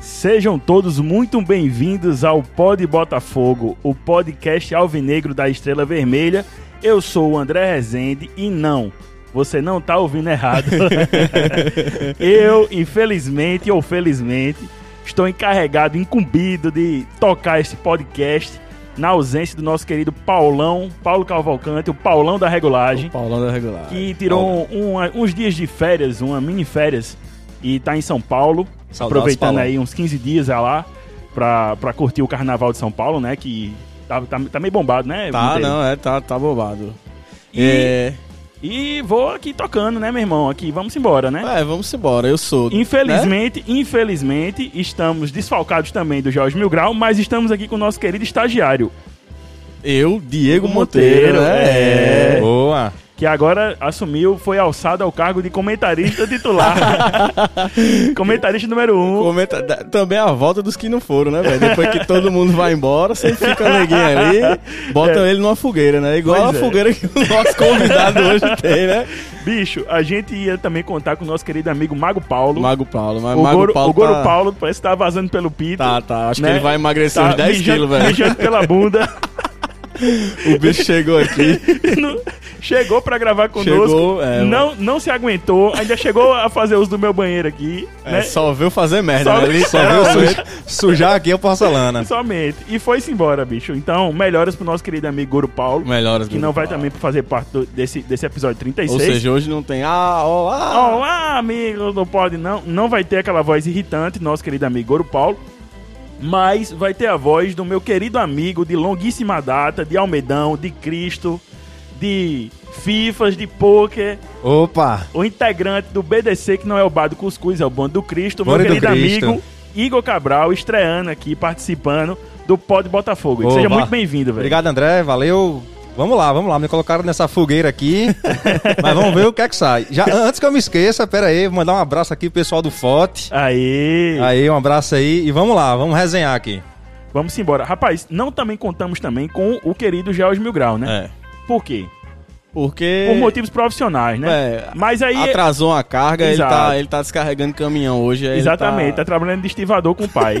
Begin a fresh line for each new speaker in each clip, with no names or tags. Sejam todos muito bem-vindos ao Pod Botafogo, o podcast alvinegro da Estrela Vermelha. Eu sou o André Rezende e não, você não tá ouvindo errado. Eu, infelizmente ou felizmente, estou encarregado, incumbido de tocar este podcast na ausência do nosso querido Paulão, Paulo Calvalcante, o Paulão da Regulagem,
O Paulão da regular.
que tirou um- um- uns dias de férias, uma mini férias, e tá em São Paulo,
Saudades,
aproveitando
Paulão.
aí uns 15 dias já lá pra, pra curtir o Carnaval de São Paulo, né, que tá, tá, tá meio bombado, né?
Tá,
Monteiro?
não, é, tá, tá bobado.
E-
É,
E vou aqui tocando, né, meu irmão, aqui, vamos embora, né?
é, vamos embora, eu sou. né?
Infelizmente, infelizmente, estamos desfalcados também do Jorge Mil Grau, mas estamos aqui com o nosso querido estagiário,
Eu, Diego Monteiro.
Monteiro,
é.
é.
Boa.
que agora assumiu, foi alçado ao cargo de comentarista titular. comentarista número um.
Comenta, da- também a volta dos que não foram, né, velho? Depois que todo mundo vai embora, sempre fica o neguinho ali, botam ele numa fogueira, né? Igual
É. Pois
a
é.
fogueira que o nosso convidado hoje tem, né?
Bicho, a gente ia também contar com o nosso querido amigo Mago Paulo.
Mago Paulo, mas
o
Mago
Goro,
Paulo.
o Goro
tá,
Paulo parece que tá vazando pelo pito.
Tá, tá. Acho
né?
que ele vai emagrecer
Tá
uns 10
mijando-
quilos, velho.
mijando pela bunda.
O bicho chegou aqui.
Não- chegou pra gravar conosco.
Chegou, é,
não, não se aguentou. Ainda chegou a fazer uso do meu banheiro aqui.
É,
né?
Só veio fazer merda,
Só-
né? Ele
Só veio suj- sujar aqui a porcelana.
Somente. E foi-se embora, bicho. Então, melhoras pro nosso querido amigo Goro Paulo.
Melhoras,
que não vai também fazer parte do- desse, desse episódio
Ou
36.
seja, hoje não tem. Ah, ó, ah.
Olá, amigos do Pod Não. Não vai ter aquela voz irritante, nosso querido amigo Goro Paulo. Mas vai ter a voz do meu querido amigo de longuíssima data, de Almedão, de Cristo, de Fifas, de Poker,
Opa.
o integrante do BDC, que não é o Bar do Cuscuz, é o Bando do Cristo, meu
Bando do
querido
Cristo.
amigo Igor Cabral, estreando aqui, participando do Pod Botafogo. Que
Oba.
Seja muito bem-vindo, velho.
Obrigado, André. Valeu. Vamos lá, vamos lá. Me colocaram nessa fogueira aqui. mas vamos ver o que é que sai. Já, antes que eu me esqueça, pera aí, vou mandar um abraço aqui pro pessoal do Fote.
Aí.
Aí, um abraço aí. E vamos lá, vamos resenhar aqui.
Vamos embora. Rapaz, não também contamos também com o querido George Mil Grau, né?
É.
Por quê?
Porque.
Por motivos profissionais, né?
É,
Mas aí.
Atrasou a carga, ele
Exato.
tá, ele tá descarregando caminhão hoje. aí ele
Exatamente, tá...
tá-
trabalhando de estivador com o pai.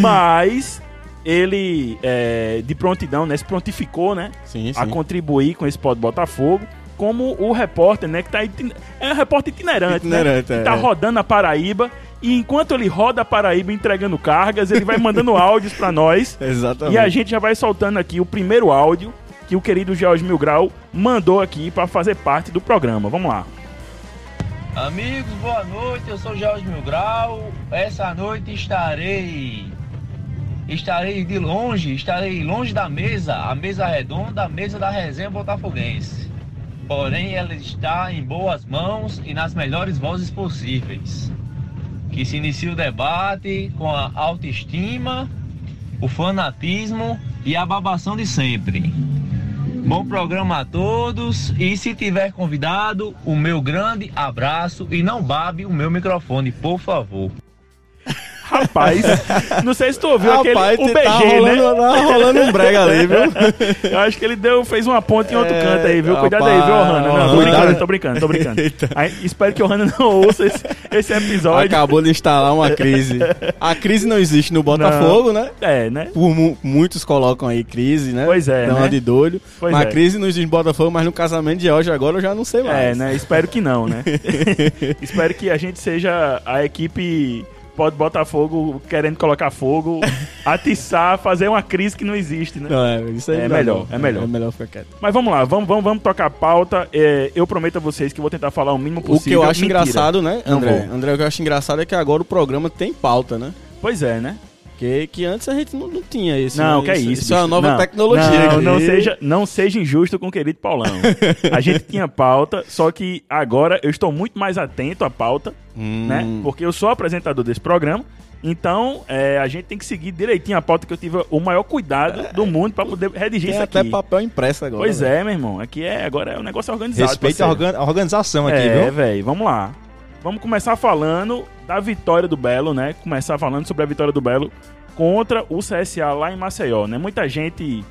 Mas ele, é, de prontidão, né? Se prontificou, né?
Sim, sim.
A contribuir com esse pod Botafogo. Como o repórter, né? Que tá. itin- É um repórter itinerante,
Itinerante,
né?
é.
Que tá rodando a Paraíba. E enquanto ele roda a Paraíba entregando cargas, ele vai mandando áudios pra nós.
Exatamente.
E a gente já vai soltando aqui o primeiro áudio que o querido George Mil Grau mandou aqui para fazer parte do programa. Vamos lá.
Amigos, boa noite. Eu sou Jorge Mil Grau. Essa noite estarei. Estarei de longe, estarei longe da mesa, a mesa redonda, a mesa da resenha botafoguense. Porém, ela está em boas mãos e nas melhores vozes possíveis. Que se inicia o debate com a autoestima, o fanatismo e a babação de sempre. Bom programa a todos e se tiver convidado, o meu grande abraço e não babe o meu microfone, por favor.
Rapaz, não sei se tu ouviu
Rapaz,
aquele o
tá
BG, né?
rolando, tá rolando um brega ali, viu?
Eu acho que ele deu, fez uma ponta em outro
É,
canto aí, viu? Cuidado
rapaz,
aí, viu, Ohana? Não, tô
Ohana.
brincando, tô brincando, tô brincando.
Eita.
Aí, espero que o Ohana não ouça esse, esse episódio.
Acabou de instalar uma crise. A crise não existe no Botafogo, né?
É, né?
Por mu- muitos colocam aí crise, né?
Pois é,
Dá uma
né?
de doido.
Pois é.
mas a crise não existe no Botafogo, mas no casamento de hoje agora eu já não sei mais.
É, né? Espero que não, né? Espero que a gente seja a equipe pode Botafogo querendo colocar fogo, atiçar, fazer uma crise que não existe, né?
Não, é, isso aí
É
não
melhor,
não.
é melhor.
É melhor ficar quieto.
Mas vamos lá, vamos, vamos, vamos tocar a pauta. É, eu prometo a vocês que eu vou tentar falar o mínimo
O que
possível.
eu acho
Mentira.
engraçado, né,
Não
André?
vou.
André, o que eu acho engraçado é que agora o programa tem pauta, né?
Pois é, né?
Que, que antes a gente não, não tinha isso.
Não,
né?
que é isso.
Isso é
bicho.
uma nova
Não,
tecnologia. né?
Não,
que-
não seja, não seja injusto com o querido Paulão. a gente tinha pauta, só que agora eu estou muito mais atento à pauta,
Hum.
né? Porque eu sou apresentador desse programa. Então, é, a gente tem que seguir direitinho a pauta que eu tive o maior cuidado do mundo para poder redigir
Tem
isso
até
aqui.
papel impresso agora.
Pois
velho.
é, meu irmão. Aqui é agora é um negócio organizado.
Respeito a
parceiro.
organ- a organização aqui,
É,
viu?
velho, vamos lá. Vamos começar falando da vitória do Belo, né? Começar falando sobre a vitória do Belo contra o CSA lá em Maceió, né? Muita gente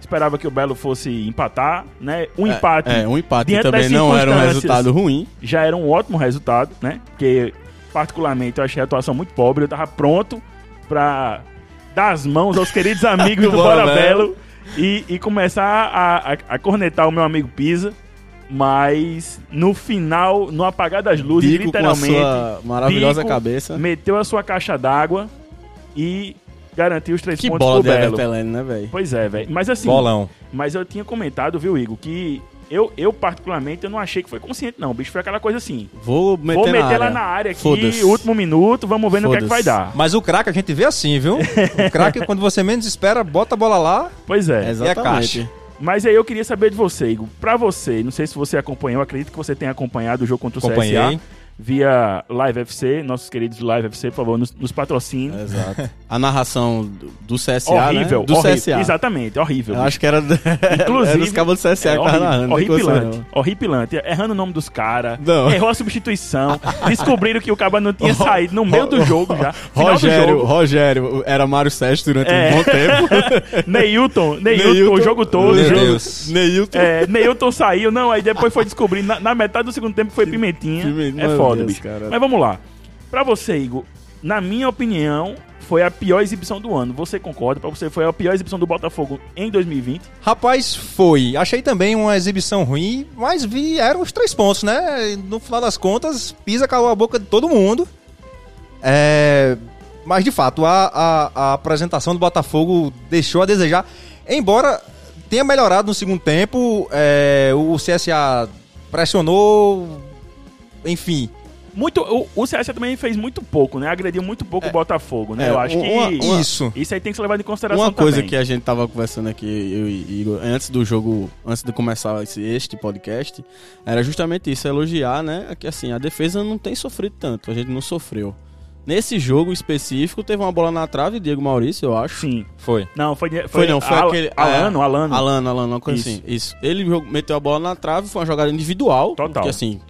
esperava que o Belo fosse empatar, né? Um empate
É, um empate
Diante das
também não era um
circunstâncias.
resultado ruim.
já era um ótimo resultado, né? Porque particularmente, eu achei a atuação muito pobre. Eu tava pronto pra dar as mãos aos queridos amigos do
Bora né?
Bora
Belo.
Belo e, e começar a, a- a cornetar o meu amigo Pisa. Mas no final, no apagar das luzes,
Dico com a
literalmente.
sua maravilhosa
Dico
cabeça.
Meteu a sua caixa d'água e garantiu os três
Que
pontos
bola
pro
de
Belo.
Evertelene, né, velho?
Pois é, velho. Mas assim,
Bolão.
mas eu tinha comentado, viu, Igor, que eu, eu particularmente eu não achei que foi consciente, não. bicho foi aquela coisa assim.
Vou meter,
Vou meter
na área.
lá na área aqui,
Foda-se.
último minuto, vamos ver no que é que vai
Foda-se.
dar.
Mas o craque a gente vê assim, viu? O craque, quando você menos espera, bota a bola lá.
Pois é.
Exatamente.
E a
Mas aí eu queria saber de você, Igor. Pra você, não sei se você acompanhou, eu acredito que você tenha acompanhado o jogo contra o
Acompanhei.
CSA via Live FC, nossos queridos Live FC, por favor, nos, nos patrocine.
Exato. A narração do- do CSA,
horrível,
né? Do
horrível.
CSA.
Exatamente, horrível.
Eu acho que era,
Inclusive,
era dos É, cabos do CSA
É,
que tava narrando.
horrível,
tem condição
horripilante,
não.
horripilante. Errando o nome dos caras,
Não.
errou a substituição, descobriram que o cara não tinha saído no meio do jogo já. Final
Rogério,
do jogo.
Rogério, era Mário Sérgio durante
É.
um bom tempo.
Neilton, Neilton,
Neilton.
o jogo todo.
Meu
o jogo-
Deus.
Neilton.
É, Neilton saiu, não, aí depois foi descobrindo na, na metade do segundo tempo foi Pimentinha.
Pime-
É
Meu
foda,
Deus,
bicho.
cara.
Mas vamos lá. Pra você, Igor, na minha opinião, foi a pior exibição do ano. Você concorda? Pra você foi a pior exibição do Botafogo em 2020?
Rapaz, foi. Achei também uma exibição ruim, mas vieram os três pontos, né? No final das contas, Pisa calou a boca de todo mundo. É, Mas, de fato, a, a- a apresentação do Botafogo deixou a desejar. Embora tenha melhorado no segundo tempo, é, o CSA pressionou, enfim...
Muito, o, o CSA também fez muito pouco, né? Agrediu muito pouco o Botafogo, né?
É,
Eu acho
uma-
que
uma-
Isso.
isso aí tem que ser levado em consideração
Uma coisa
também.
que é- a gente tava conversando aqui, eu e Igor, antes do jogo, antes de começar esse, este podcast, era justamente isso, elogiar, né? Que assim, a defesa não tem sofrido tanto, a gente não sofreu. Nesse jogo específico, teve uma bola na trave, Diego Maurício, eu acho.
Sim.
Foi.
Não, foi, foi,
Foi não, foi
Al-
aquele-
Alano,
é,
Alano.
Alano, Alano, uma coisa
Isso.
assim. Isso. Ele jogou- meteu a bola na trave, foi uma jogada individual.
Total.
Que assim,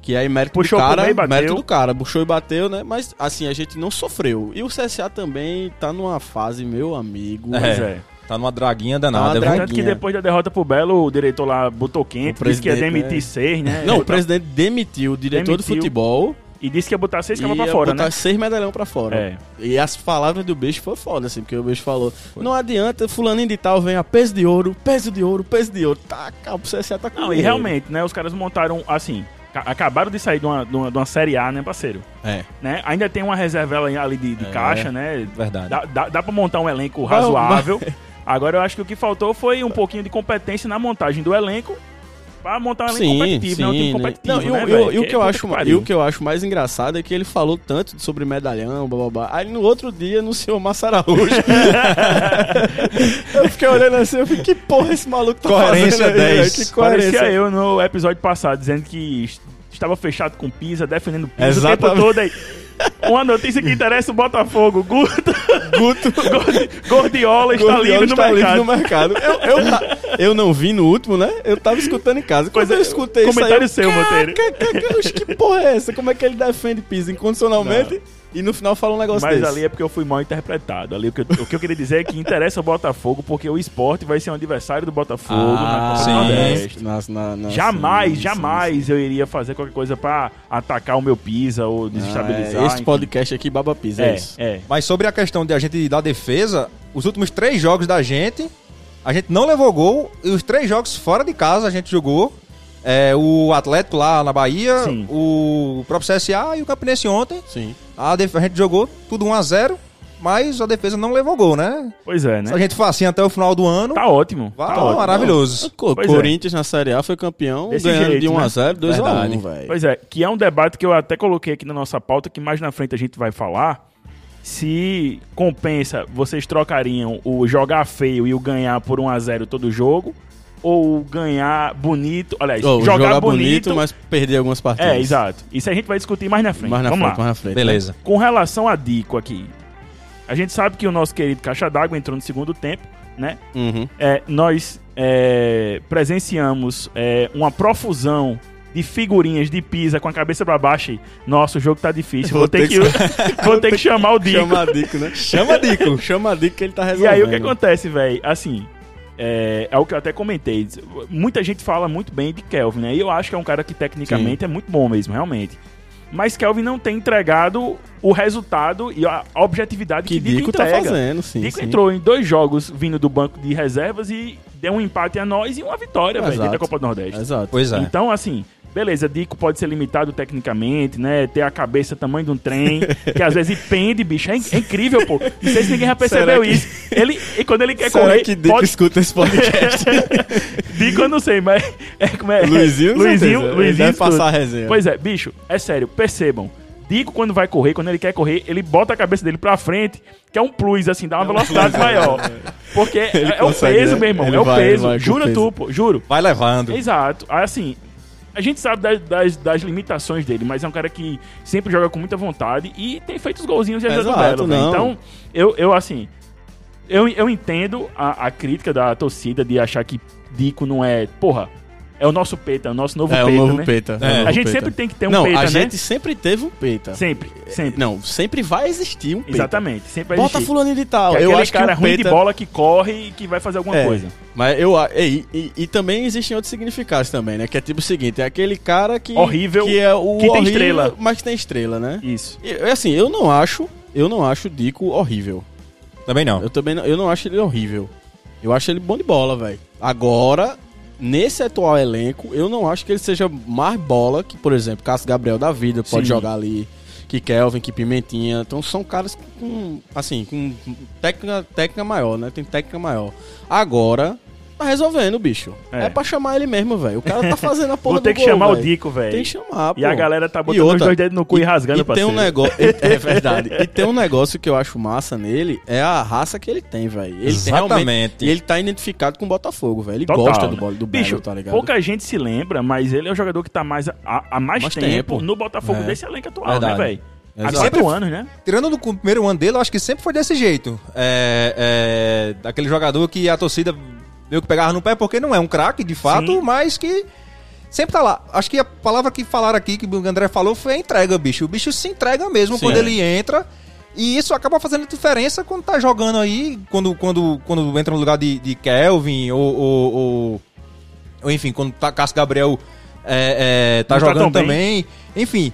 que aí mérito
Puxou
do
pro
cara,
meio e bateu.
mérito do cara, puxou e bateu, né? Mas assim, a gente não sofreu. E o CSA também tá numa fase, meu amigo.
Pois
É.
é.
Tá numa draguinha danada.
Tá uma
viu?
draguinha.
Tanto que depois da derrota pro Belo, o diretor lá botou quente,
O
disse que ia
presidente,
demitir
né?
seis, né?
Não, o
Botar-
presidente demitiu o diretor
Demitiu.
de futebol
E disse que ia botar seis
e
cabas pra
ia
fora,
botar
né?
seis medalhão pra fora.
É.
E as palavras do bicho foi foda, assim, porque o bicho falou: não adianta, fulaninho de tal vem a peso de ouro, peso de ouro, peso de ouro. Tá, calma, o CSA tá com
Não, e
medo.
realmente, né? Os caras montaram, assim, ca- acabaram de sair de uma, de uma, de uma Série A, né, parceiro?
É.
Né? Ainda tem uma reservela ali de, de
É.
caixa, né?
Verdade.
Dá, dá, dá pra montar um elenco
Vai-
razoável. Agora eu acho que o que faltou foi um pouquinho de competência na montagem do elenco pra montar um elenco competitivo, né? Um time
né?
competitivo,
Não, e o-
né,
e o-
velho?
e o que eu
puta
acho, ma- e
pariu.
o que eu acho mais engraçado é que ele falou tanto sobre medalhão, bababá. Aí no outro dia anunciou Massa Araújo. eu fiquei olhando assim, eu fiquei, que porra esse maluco tá
Coerência
fazendo? aí,
10.
velho? Que coerência.
Parecia eu no episódio passado dizendo que est- estava fechado com Pisa, defendendo Pisa o tempo
Exatamente.
todo aí. Uma notícia que interessa o Botafogo. Guto,
Guto.
Gordiola está
Gordiola
tá livre no
está livre
mercado.
no mercado. Eu, eu, ta- eu não vi no último, né? Eu tava escutando em casa. Quando
Pois é,
eu escutei
comentário
isso aí,
seu,
eu,
Monteiro.
"Cacacacacos, Que porra é essa? Como é que ele defende Pisa incondicionalmente e no final fala um negócio
Mas
desse?
ali é porque eu fui mal interpretado. Ali o que, eu, o que eu queria dizer é que interessa o Botafogo, porque o esporte vai ser um adversário do Botafogo
Ah,
na Copa
sim.
do Nordeste.
Nossa, na- na-
Jamais,
sim, sim,
jamais eu iria fazer qualquer coisa pra atacar o meu Pisa ou
sim.
desestabilizar.
Ah, é, Este
enfim.
podcast aqui baba Pisa, é,
é,
isso.
é.
Mas sobre a questão de a gente da defesa, os últimos três jogos da gente, a gente não levou gol. E os três jogos fora de casa a gente jogou. É, o Atlético lá na Bahia,
Sim.
o próprio CSA e o Campinense ontem.
Sim.
A, def- a gente jogou tudo 1 a 0 mas a defesa não levou gol, né?
Pois é,
Se a
né?
gente for assim até o final do ano,
Tá ótimo.
vai-
tá ótimo.
maravilhoso.
Co-
Pois é.
Corinthians na Série A foi campeão,
Desse
ganhando
jeito,
de 1
né?
a 0 2 a 1
Verdade.
velho.
Pois é, que é um debate que eu até coloquei aqui na nossa pauta, que mais na frente a gente vai falar. Se compensa, vocês trocariam o jogar feio e o ganhar por 1x0 todo jogo, ou o ganhar bonito, aliás,
Ou
é. jogar, bonito,
mas perder algumas partidas.
É, exato. Isso a gente vai discutir mais na frente.
Mais na
Vamos
frente,
lá.
mais na frente. né?
Beleza.
Com relação a Dico aqui, a gente sabe que o nosso querido Caixa d'Água entrou no segundo tempo, né?
Uhum.
é, nós é, presenciamos é, uma profusão de figurinhas de pisa com a cabeça pra baixo. e, Nossa, o jogo tá difícil. Vou, ter, que, vou ter que chamar o Dico.
Chama a Dico, né? Chama a Dico. Chama a Dico que ele tá
E
resolvendo.
aí o que acontece, velho? Assim, é, é o que eu até comentei. Muita gente fala muito bem de Kelvin, né? E eu acho que é um cara que tecnicamente é muito bom mesmo, realmente. mas Kelvin não tem entregado o resultado e a objetividade que,
Que Dico tá
entrega.
fazendo, sim.
Dico
sim.
entrou em dois jogos vindo do banco de reservas e deu um empate a nós e uma vitória, velho, dentro da
Exato.
Copa do Nordeste.
Exato.
Pois é.
Então, assim, beleza, Dico pode ser limitado tecnicamente, né? Ter a cabeça tamanho de um trem, que às vezes pende, bicho. É, in- é incrível, pô. Não sei se ninguém já percebeu
Será que-
isso. Ele, e quando ele quer
Será
correr,
que Dico
pode...
escuta esse podcast?
Dico eu não sei, mas... É, como é?
Luizinho, com
Luizinho,
certeza. Ele
Luizinho
deve
escuta.
passar a resenha.
Pois é, bicho, é sério, percebam. Dico quando vai correr, quando ele quer correr, ele bota a cabeça dele pra frente, que é um plus, assim, dá uma velocidade maior. Porque é,
né? Ele
é o
consegue,
peso,
né?
meu irmão,
Ele
é o
vai, ele vai
peso.
com
Jura
peso.
tu, pô, juro.
Vai levando.
Exato. Aí, Assim, a gente sabe das, das, das limitações dele, mas é um cara que sempre joga com muita vontade e tem feito os golzinhos de ajuda
Exato,
dela. velho.
não.
Então, eu, eu assim, eu, eu entendo a, a crítica da torcida de achar que Dico não é. Porra, é o nosso peita, é o nosso novo
é,
peita,
o novo
né?
peita. é o
A
novo
gente
peita.
sempre tem que ter um
Não,
peita,
a
né?
gente sempre teve um peita.
Sempre, sempre.
Não, sempre vai existir um peita.
Exatamente, sempre vai
Bota
existir.
fulano de tal.
Que é
eu
aquele
acho
cara
que o
ruim
peita...
de bola que corre e que vai fazer alguma
É,
coisa.
Mas eu a- e, e, e também existem outros significados também, né? Que é tipo o seguinte, é aquele cara que
Horrível,
que é o
que tem
horrível,
estrela.
mas que tem estrela, né?
Isso.
E, é assim, eu não acho, eu não acho o Dico horrível.
Também não.
Eu também não, eu não acho ele horrível. Eu acho ele bom de bola, velho. Agora, nesse atual elenco, eu não acho que ele seja mais bola que, por exemplo, Cássio Gabriel da vida pode
Sim.
jogar ali, que Kelvin, que Pimentinha. Então são caras com, assim, com técnica, técnica maior, né? Tem técnica maior. Agora, tá resolvendo, bicho.
É.
É, pra chamar ele mesmo, velho. O cara tá fazendo a porra
Vou ter
do
que
gol,
chamar o
véi.
Dico,
Tem
velho.
que chamar, pô.
E a galera tá
E
botando os
outra,
dois dedos no cu e, rasgando
E
pra
tem um negócio. É verdade. E tem um negócio que eu acho massa nele, é a raça que ele tem, velho. Ele tem realmente.
Exatamente.
E ele tá identificado com o Botafogo, velho. Ele
Total,
gosta
né?
do, bolo- do
Bicho,
Belo, tá ligado?
pouca gente se lembra, mas ele é o jogador que tá mais há, há mais,
Mais
tempo,
tempo.
no Botafogo
É.
desse elenco atual,
Verdade.
né, velho? Há
Exato.
quatro anos, né?
Tirando do primeiro ano dele, eu acho que sempre foi desse jeito. É, é, aquele jogador que a torcida meio que pegava no pé, porque não é um craque, de fato,
Sim.
mas que sempre tá lá. Acho que a palavra que falaram aqui, que o André falou, foi a entrega, bicho. O bicho se entrega mesmo
Sim.
quando
É.
ele entra. E isso acaba fazendo diferença quando tá jogando aí, quando, quando, quando entra no lugar de, de Kelvin, ou, ou- ou- ou enfim, quando tá Cássio Gabriel é, é, tá
Não tá
jogando
tão
também. Enfim,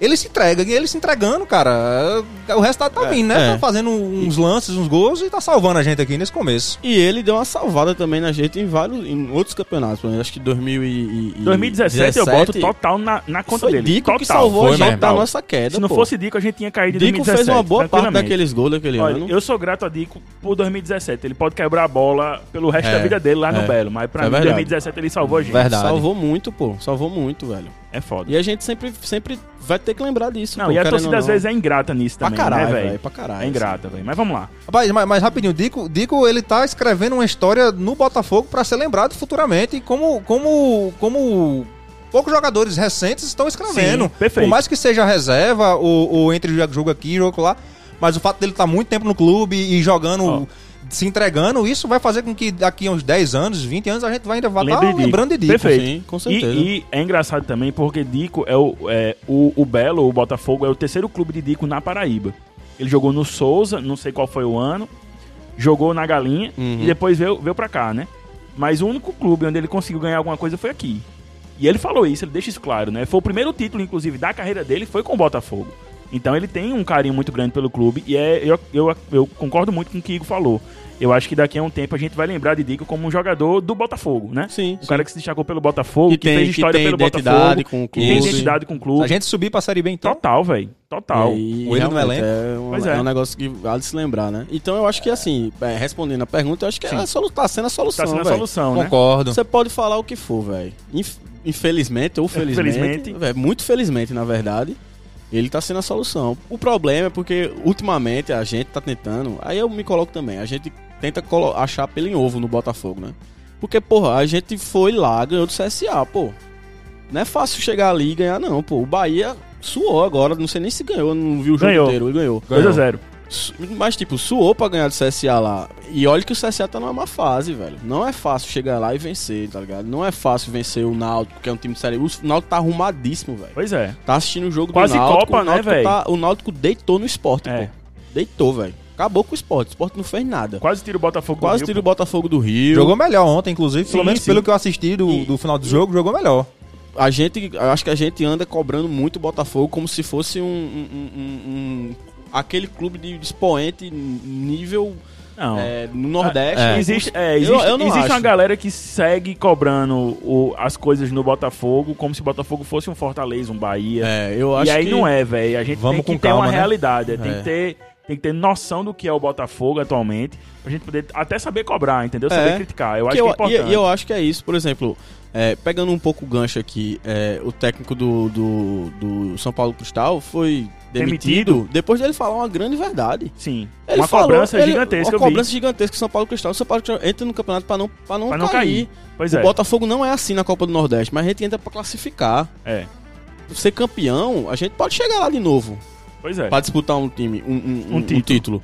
ele se entrega, e ele se entregando, cara. O resultado tá vindo, né?
é.
Tá fazendo uns lances, uns gols e tá salvando a gente aqui nesse começo.
E ele deu uma salvada também na gente em vários. em outros campeonatos. por exemplo, Acho que 2000 e, e-
2017 eu boto
17,
total na, na conta
Foi
dele.
Dico
total.
que salvou
Foi
a gente
mesmo.
da nossa queda.
Se não
pô.
fosse Dico, a gente tinha caído em
Dico
2017.
fez uma boa parte
tranquilamente.
daqueles gols daquele né?
Olha,
ano.
eu sou grato a Dico por 2017. Ele pode quebrar a bola pelo resto
É,
da vida dele lá no
é.
Belo, mas pra
É
mim,
verdade.
2017 ele salvou a gente.
Verdade.
Salvou muito, pô. Salvou muito, velho.
É foda.
E a gente sempre, sempre vai ter que lembrar disso.
Não,
pô,
e a
querendo
torcida
ou
às
não.
vezes é ingrata nisso
Pra
também,
caralho,
né,
velho.
velho?
Pra caralho. assim.
É ingrata, velho. Mas vamos lá.
Rapaz, mas, mas rapidinho, Dico, Dico, ele tá escrevendo uma história no Botafogo pra ser lembrado futuramente, como, como, como poucos jogadores recentes estão escrevendo.
Sim, perfeito.
Por mais que seja reserva, ou, ou entre jogo aqui, jogo lá, mas o fato dele estar muito tempo no clube e jogando,
Ó.
se entregando, isso vai fazer com que daqui a uns 10 anos, 20 anos, a gente vai ainda
tá
vai estar
Lembre de Dico.
lembrando de Dico. né?
Perfeito.
Sim, com
E,
certeza.
e é engraçado também porque Dico é o, é, o, o Belo, o Botafogo, é o terceiro clube de Dico na Paraíba. Ele jogou no Souza, não sei qual foi o ano, jogou na Galinha
Uhum.
e depois veio, veio pra cá, né? Mas o único clube onde ele conseguiu ganhar alguma coisa foi aqui. E ele falou isso, ele deixa isso claro, né? Foi o primeiro título, inclusive, da carreira dele, foi com o Botafogo. Então ele tem um carinho muito grande pelo clube e é, eu, eu, eu concordo muito com o que o Igor falou. Eu acho que daqui a um tempo a gente vai lembrar de Dico como um jogador do Botafogo, né?
Sim,
Um cara que se destacou pelo Botafogo,
E
que
tem-
fez
que
história
tem
pelo Botafogo,
identidade com o
que tem
clube.
identidade com o
Se
clube.
a gente subir pra Série B, então...
Total, velho. Total.
E,
O ele no
realmente,
elenco.
É um,
Pois é.
é um negócio que vale se lembrar, né? Então eu acho que assim, é, respondendo a pergunta, eu acho que
Sim.
é a solu- tá sendo a solução.
tá sendo a
véi.
solução, né?
Concordo.
Você pode falar o que for, velho. Inf- Infelizmente ou felizmente,
Felizmente.
véi, muito felizmente, na verdade, ele tá sendo a solução. O problema é porque ultimamente a gente tá tentando, aí eu me coloco também, a gente tenta colo- achar pelo em ovo no Botafogo, né? Porque, porra, a gente foi lá, ganhou do CSA, pô. Não é fácil chegar ali e ganhar, não, pô. O Bahia suou agora, não sei nem se ganhou, não vi o jogo
Ganhou.
inteiro, ele ganhou.
2x0.
Su- Mas, tipo, suou pra ganhar do CSA lá. E olha que o CSA tá numa má fase, velho. Não é fácil chegar lá e vencer, tá ligado? Não é fácil vencer o Náutico, que é um time de série. O Náutico tá arrumadíssimo, velho.
Pois é.
Tá assistindo o jogo
Quase
do Náutico.
Copa,
o Náutico
né, velho?
tá- O Náutico deitou no esporte,
É.
pô. Deitou, velho. Acabou com o esporte. O esporte não fez nada.
Quase tira o Botafogo do
Quase
Rio,
tira o
pô.
Botafogo do Rio.
Jogou melhor ontem, inclusive.
Sim,
pelo menos
sim.
pelo que eu assisti do,
E-
do final do jogo, jogou melhor.
a gente, eu acho que a gente anda cobrando muito o Botafogo como se fosse um, um- um- um- aquele clube de expoente nível
Não.
é, no Nordeste.
É, Existe, é, existe,
Eu- eu não
existe uma
acho.
galera que segue cobrando o- as coisas no Botafogo como se o Botafogo fosse um Fortaleza, um Bahia.
É, eu acho
e aí
que
não é, velho. A gente
Vamos
tem que
com
ter
calma,
uma
né?
realidade. é, Tem,
É.
que ter, tem que ter noção do que é o Botafogo atualmente. Pra gente poder até saber cobrar, entendeu?
É.
Saber criticar. Eu acho
Que
que, é
eu- e-
importante.
E, eu acho que é isso. Por exemplo, é, pegando um pouco o gancho aqui, é, o técnico do, do, do São Paulo Cristal foi demitido,
Demitido?
depois dele falar uma grande verdade.
Sim.
Ele
uma
falou-
cobrança
ele-
gigantesca,
Uma
eu vi.
cobrança gigantesca que o São Paulo Cristal. O São Paulo Cristal entra no campeonato pra não, pra não,
Pra não cair. Pois
o
é.
Botafogo não é assim na Copa do Nordeste, mas a gente entra pra classificar.
É.
Ser campeão, a gente pode chegar lá de novo
Pois é.
pra disputar um time, um, um-
Um
um- um título.
título.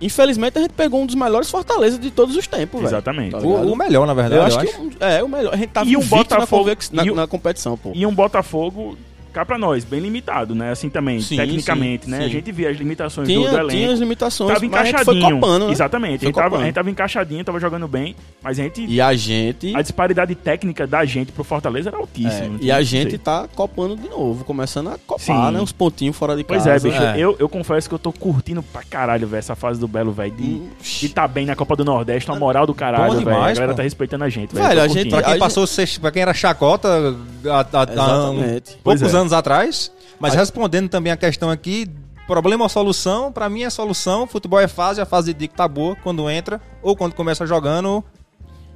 Infelizmente a gente pegou um dos melhores Fortaleza de todos os tempos, velho.
Exatamente.
Tá ligado?
O, o melhor, na verdade,
Eu acho que um- é o melhor. A gente tá
E um
invicto na
Botafogo-
convex- na,
e um-
na competição, pô.
E um Botafogo, cá pra nós, bem limitado, né? Assim também,
Sim,
tecnicamente,
sim,
né?
sim.
A gente via as limitações do, do
Tinha,
elenco.
tinha as limitações,
Tava
mas a gente
encaixadinho.
foi copando, né?
Exatamente. A
Foi
gente, tava,
copando.
a gente tava encaixadinho, tava jogando bem, mas a gente.
E a gente...
A disparidade técnica da gente pro Fortaleza era
é,
altíssima.
e a
Não
gente
sei.
tá copando de novo, começando a copar,
né? Sim.
né? Uns pontinhos fora de
Pois
casa.
é, bicho,
né?
Eu, eu confesso que eu tô curtindo pra caralho, velho, essa fase do Belo, velho. De, de tá bem na Copa do Nordeste, uma moral do caralho,
Bom
velho. A
demais,
galera
pô.
tá respeitando a gente,
Velho,
Eu tô
a gente-
curtindo.
Pra
A
quem
gente-
passou, a ser- pra quem era chacota há, há- há um-
Exatamente.
Pois
poucos
é.
anos atrás. Mas
A-
respondendo também a questão aqui, problema ou solução, pra mim é solução. Futebol é fase, a fase de dica tá boa. Quando entra ou quando começa jogando,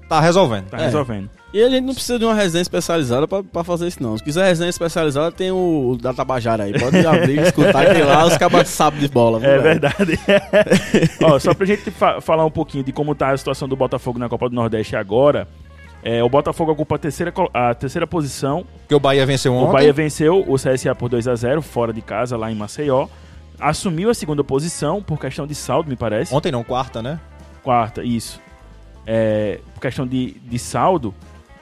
tá resolvendo.
Tá
É.
resolvendo.
E a gente não precisa de uma resenha especializada pra, pra fazer isso, não. Se quiser resenha especializada, tem o, o da Tabajara aí. Pode abrir, escutar, que tem lá os cabas sabem de bola. viu,
É
velho?
verdade. Ó, só pra gente fa- falar um pouquinho de como tá a situação do Botafogo na Copa do Nordeste agora. é, o Botafogo ocupa a terceira, col- a terceira posição.
Porque o Bahia venceu ontem.
O Bahia venceu o CSA por 2 a 0 fora de casa, lá em Maceió. Assumiu a segunda posição por questão de saldo, me parece.
Ontem não, quarta, né?
Quarta, isso. É, por questão de, de saldo.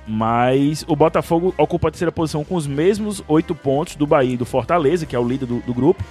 Mas o Botafogo ocupa a terceira posição com os mesmos oito pontos do Bahia e do Fortaleza, que é o líder do, do grupo.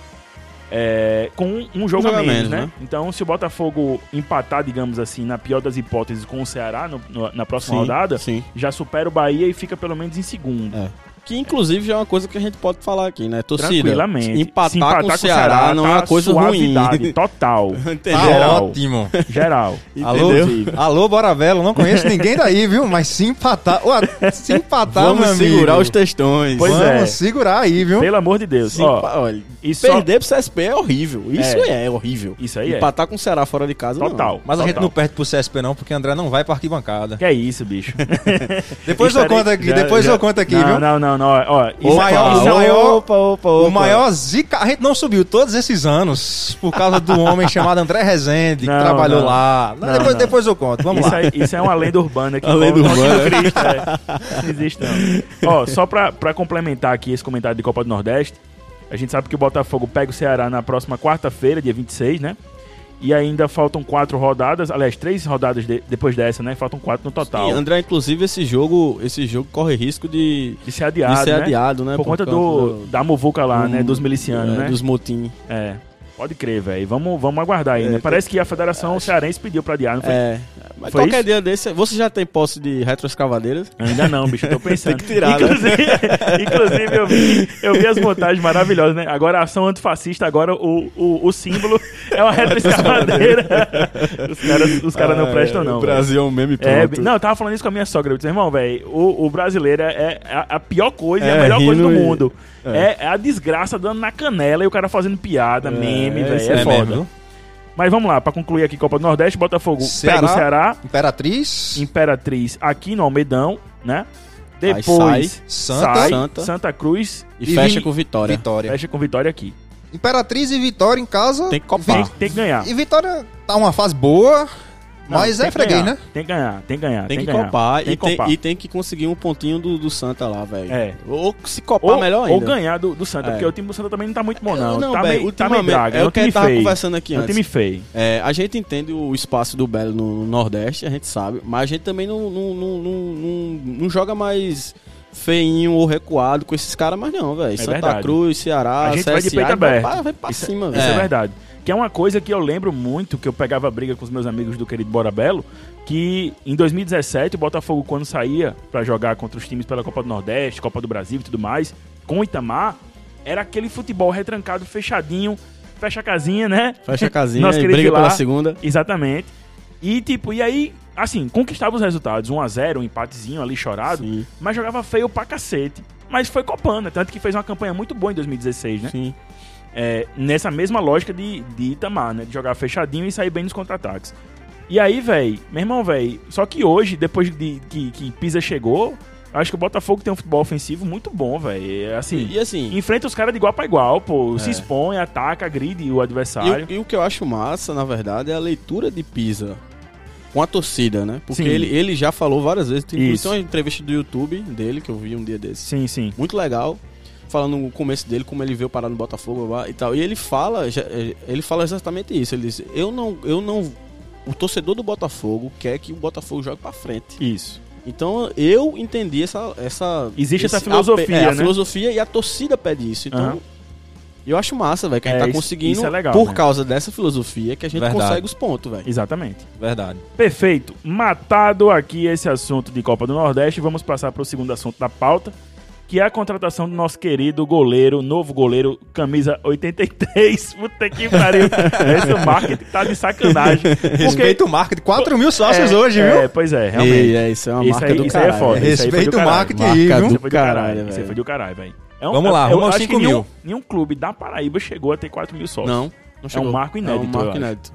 é, com um jogo a menos, né? Então, se o Botafogo empatar, digamos assim, na pior das hipóteses, com o Ceará no- no- na próxima
Sim,
rodada,
Sim.
já supera o Bahia e fica pelo menos em segundo.
É. Que inclusive já é uma coisa que a gente pode falar aqui, né? Torcida.
Tranquilamente.
Empatar,
Se
com, o Ceará, não é
tá
uma coisa ruim.
suavidade total.
Entendeu?
Tá
Geral.
ótimo.
Geral.
Alô,
Entendeu?
alô, Bora Velo, não conheço ninguém daí, viu? Mas se empatar, ué, se empatar,
Vamos
meu amigo,
segurar os textões.
Pois
vamos
é.
segurar aí, viu?
Pelo amor de Deus.
Sim,
Ó,
pa- olha,
e só...
perder pro CSP é horrível. Isso é, horrível.
Isso aí é.
Empatar com o Ceará fora de casa,
Total.
Mas a gente
total.
não perde pro CSP não, porque André não vai pra arquibancada.
Que é isso, bicho.
Depois eu
Isso aí-
conto aqui,
já-
depois
já-
eu conto aqui,
né? não,
viu?
Não, não, não. Ó, isso é-
maior-
isso é-
o maior-
opa, opa,
O maior zica... A gente não subiu todos esses anos por causa do homem chamado André Rezende,
Não,
que trabalhou
não.
lá. Não,
Não,
depois,
não.
depois eu conto, vamos
isso,
lá.
aí- isso é uma lenda urbana aqui.
A lenda urbana.
é, Não existe, não. Ó, só pra, pra complementar aqui esse comentário de Copa do Nordeste, a gente sabe que o Botafogo pega o Ceará na próxima quarta-feira, dia 26, né? E ainda faltam quatro rodadas, aliás, três rodadas de- depois dessa, né? Faltam quatro no total.
E André, inclusive, esse jogo, esse jogo corre risco de,
de ser
de
adiado,
ser
né?
adiado, né?
Por conta
causa
do, da muvuca lá,
do-
né? Dos milicianos,
é,
né?
Dos motim.
É. Pode crer, velho. Vamos, vamos aguardar ainda.
É,
Parece que a Federação Cearense pediu pra adiar, não foi?
É. Mas
Foi
qualquer
isso?
dia desse, você já tem posse de retroescavadeiras?
Ainda não, bicho, eu tô pensando.
Tem que tirar, né?
inclusive, inclusive eu, vi, eu vi as montagens maravilhosas, né? Agora a ação antifascista, agora o, o, o símbolo é uma retroescavadeira. os caras os caras não prestam, não.
O
velho.
Brasil Ah, é um meme
É,
pronto.
não, eu tava falando isso com a minha sogra. Eu disse, irmão, velho, o, o brasileiro é a, a pior coisa, é,
É,
a melhor coisa do
rindo e-
mundo. É. é a desgraça dando na canela e o cara fazendo piada, meme, velho.
isso
É,
é
foda.
mesmo,
Mas vamos lá, pra concluir aqui Copa do Nordeste, Botafogo pega o Ceará,
Ceará. Imperatriz,
Imperatriz aqui no Almedão, né?
Aí
Depois
Santa,
sai, Santa,
Santa.
Cruz,
E
E
fecha
Vini-
com vitória.
Vitória.
fecha com vitória aqui.
Imperatriz e Vitória em casa.
Tem que
Tem,
copar.
tem que ganhar.
E Vitória tá uma fase boa,
Não,
mas
tem
é
que
freguês,
ganhar,
né?
Tem que ganhar, tem que ganhar.
Tem que
ganhar.
copar,
Tem
e,
que copar.
tem, e tem que conseguir um pontinho do, do Santa lá, velho.
É.
Ou se copar
ou,
melhor ainda.
ou ganhar do, do Santa,
É.
porque o time do Santa também não tá muito bom, não. tá,
velho,
meio, tá meio
ultimamente-
draga.
É
É
o
um
que a
time
gente tava
feio.
conversando aqui
É um
antes.
time feio.
É, a gente entende o espaço do Belo no, no Nordeste, a gente sabe, mas a gente também não, não, não, não, não- não joga mais feinho ou recuado com esses caras, mas não, velho. Santa
É verdade.
Cruz, Ceará,
A gente
CSA,
vai de peito
vai
aberto.
pra, vai pra cima,
Isso é.
velho.
verdade. Que é uma coisa que eu lembro muito, que eu pegava briga com os meus amigos do querido Bora Belo, que em 2017 o Botafogo, quando saía pra jogar contra os times pela Copa do Nordeste, Copa do Brasil e tudo mais, com o Itamar, era aquele futebol retrancado, fechadinho, fecha a casinha, né?
É. Fecha a casinha
Nosso
e
querido
briga pela
Vilar.
segunda.
Exatamente. E tipo, e aí, assim, conquistava os resultados, 1 a 0 um empatezinho ali chorado,
Sim,
mas jogava feio pra cacete. Mas foi copando, né? tanto que fez uma campanha muito boa em 2016, né?
sim.
É, nessa mesma lógica de, de Itamar, né? De jogar fechadinho e sair bem nos contra-ataques. E aí, velho, meu irmão, velho, só que hoje, depois de, que, que Pisa chegou, acho que o Botafogo tem um futebol ofensivo muito bom, velho. Assim,
E assim,
enfrenta os caras de igual pra igual, pô. Se
É.
expõe, ataca, gride o
E
adversário.
o- E, o que eu acho massa, na verdade, é a leitura de Pisa com a torcida, né? Porque
Sim.
ele, ele já falou várias vezes. Tem, inclusive,
Isso.
tem uma entrevista do YouTube dele que eu vi um dia desses.
Sim, sim.
Muito legal. Falando no começo dele, como ele veio parar no Botafogo blá, blá, e tal. E ele fala, já- é, ele fala exatamente isso. Ele diz, eu não, eu não. O torcedor do Botafogo quer que o Botafogo jogue pra frente.
Isso.
Então eu entendi essa. essa
Existe essa
esse
filosofia,
ape- é, a
né?
filosofia e a torcida pede isso. Então.
Aham.
Eu acho massa, velho, que a gente
É,
tá
isso-
conseguindo,
isso é legal,
por
né?
causa dessa filosofia, que a gente
Verdade.
consegue os pontos, velho.
Exatamente.
Verdade.
Perfeito. Matado aqui esse assunto de Copa do Nordeste, vamos passar para o segundo assunto da pauta, que é a contratação do nosso querido goleiro, novo goleiro, camisa 83. Puta que pariu. Esse marketing tá de sacanagem. Porque...
Respeita o marketing. 4 mil sócios
É,
hoje, viu?
É, pois é, realmente.
Ei, é, isso é uma
Isso
marca
aí-
do
isso aí é
caralho.
foda.
velho.
isso aí foi do
Respeita o
caralho.
marketing aí,
Marca
viu?
Você
do
foi do
caralho,
caralho, Você
velho.
foi do caralho, velho. É
Vamos lá,
eu
rumo aos
acho que
5 mil.
Nenhum, nenhum clube da Paraíba chegou a ter 4 mil sócios.
Não, não chegou.
marco inédito,
É um
eu
marco
acho.
inédito.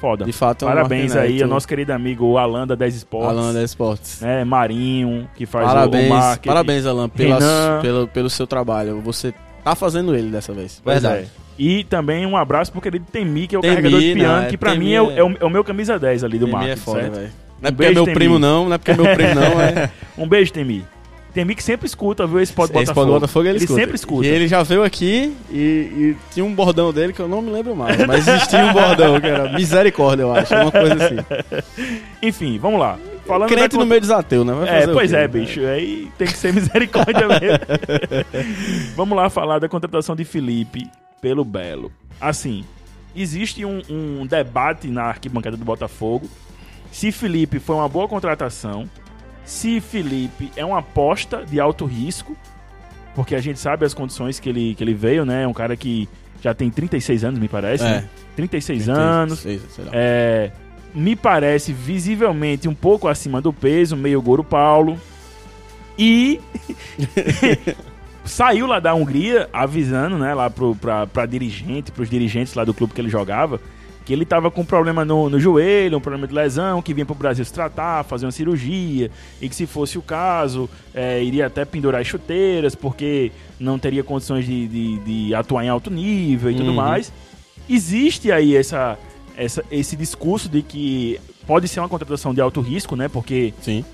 Foda.
De fato, é um
Parabéns
marco
aí
inédito.
ao nosso querido amigo Alan da 10 Esportes.
Alan da Esportes.
né, Marinho, que faz o- o
Parabéns,
marketing.
parabéns, Alan, pela,
Renan.
pelo, pelo seu trabalho. Você tá fazendo ele dessa vez.
Pois
Verdade.
é. E também um abraço pro querido Temi, que é o
Temi,
carregador de piano,
não, é
que pra
Temi
mim é, o-
é-
é o, é o meu camisa 10 ali do
Temi
marketing,
é foda,
certo?
velho. Não é
Um
porque é
beijo,
meu
Temi.
primo, não. Não é porque é meu primo, não. É...
Um beijo, Temi. Temi que sempre escuta, viu, esse pod
Esse pó
Botafogo.
do Botafogo ele, escuta.
sempre escuta.
E ele já veio aqui e, e tinha um bordão dele que eu não me lembro mais, mas existia um bordão que era misericórdia, eu acho, uma coisa assim.
Enfim, vamos lá. Falando da
Crente
con-
no meio dos ateus, né? Vai
É,
fazer o
pois
quê,
é,
né?
bicho. Aí tem que ser misericórdia mesmo. Vamos lá falar da contratação de Felipe pelo Belo. Assim, existe um, um debate na arquibancada do Botafogo se Felipe foi uma boa contratação, se Felipe é uma aposta de alto risco, porque a gente sabe as condições que ele, que ele veio, né? É um cara que já tem 36 anos, me parece.
É.
Né? 36
Tem
anos.
seis, sei lá.
É, me parece visivelmente um pouco acima do peso, meio Goro Paulo. E saiu lá da Hungria avisando, né, lá pro, pra, pra dirigente, pros dirigentes lá do clube que ele jogava, que ele tava com um problema no, no joelho, um problema de lesão, que vinha pro Brasil se tratar, fazer uma cirurgia, e que se fosse o caso, é, iria até pendurar as chuteiras, porque não teria condições de, de, de atuar em alto nível e tudo
Uhum.
mais. Existe aí essa, essa, esse discurso de que pode ser uma contratação de alto risco, né, porque
Sim.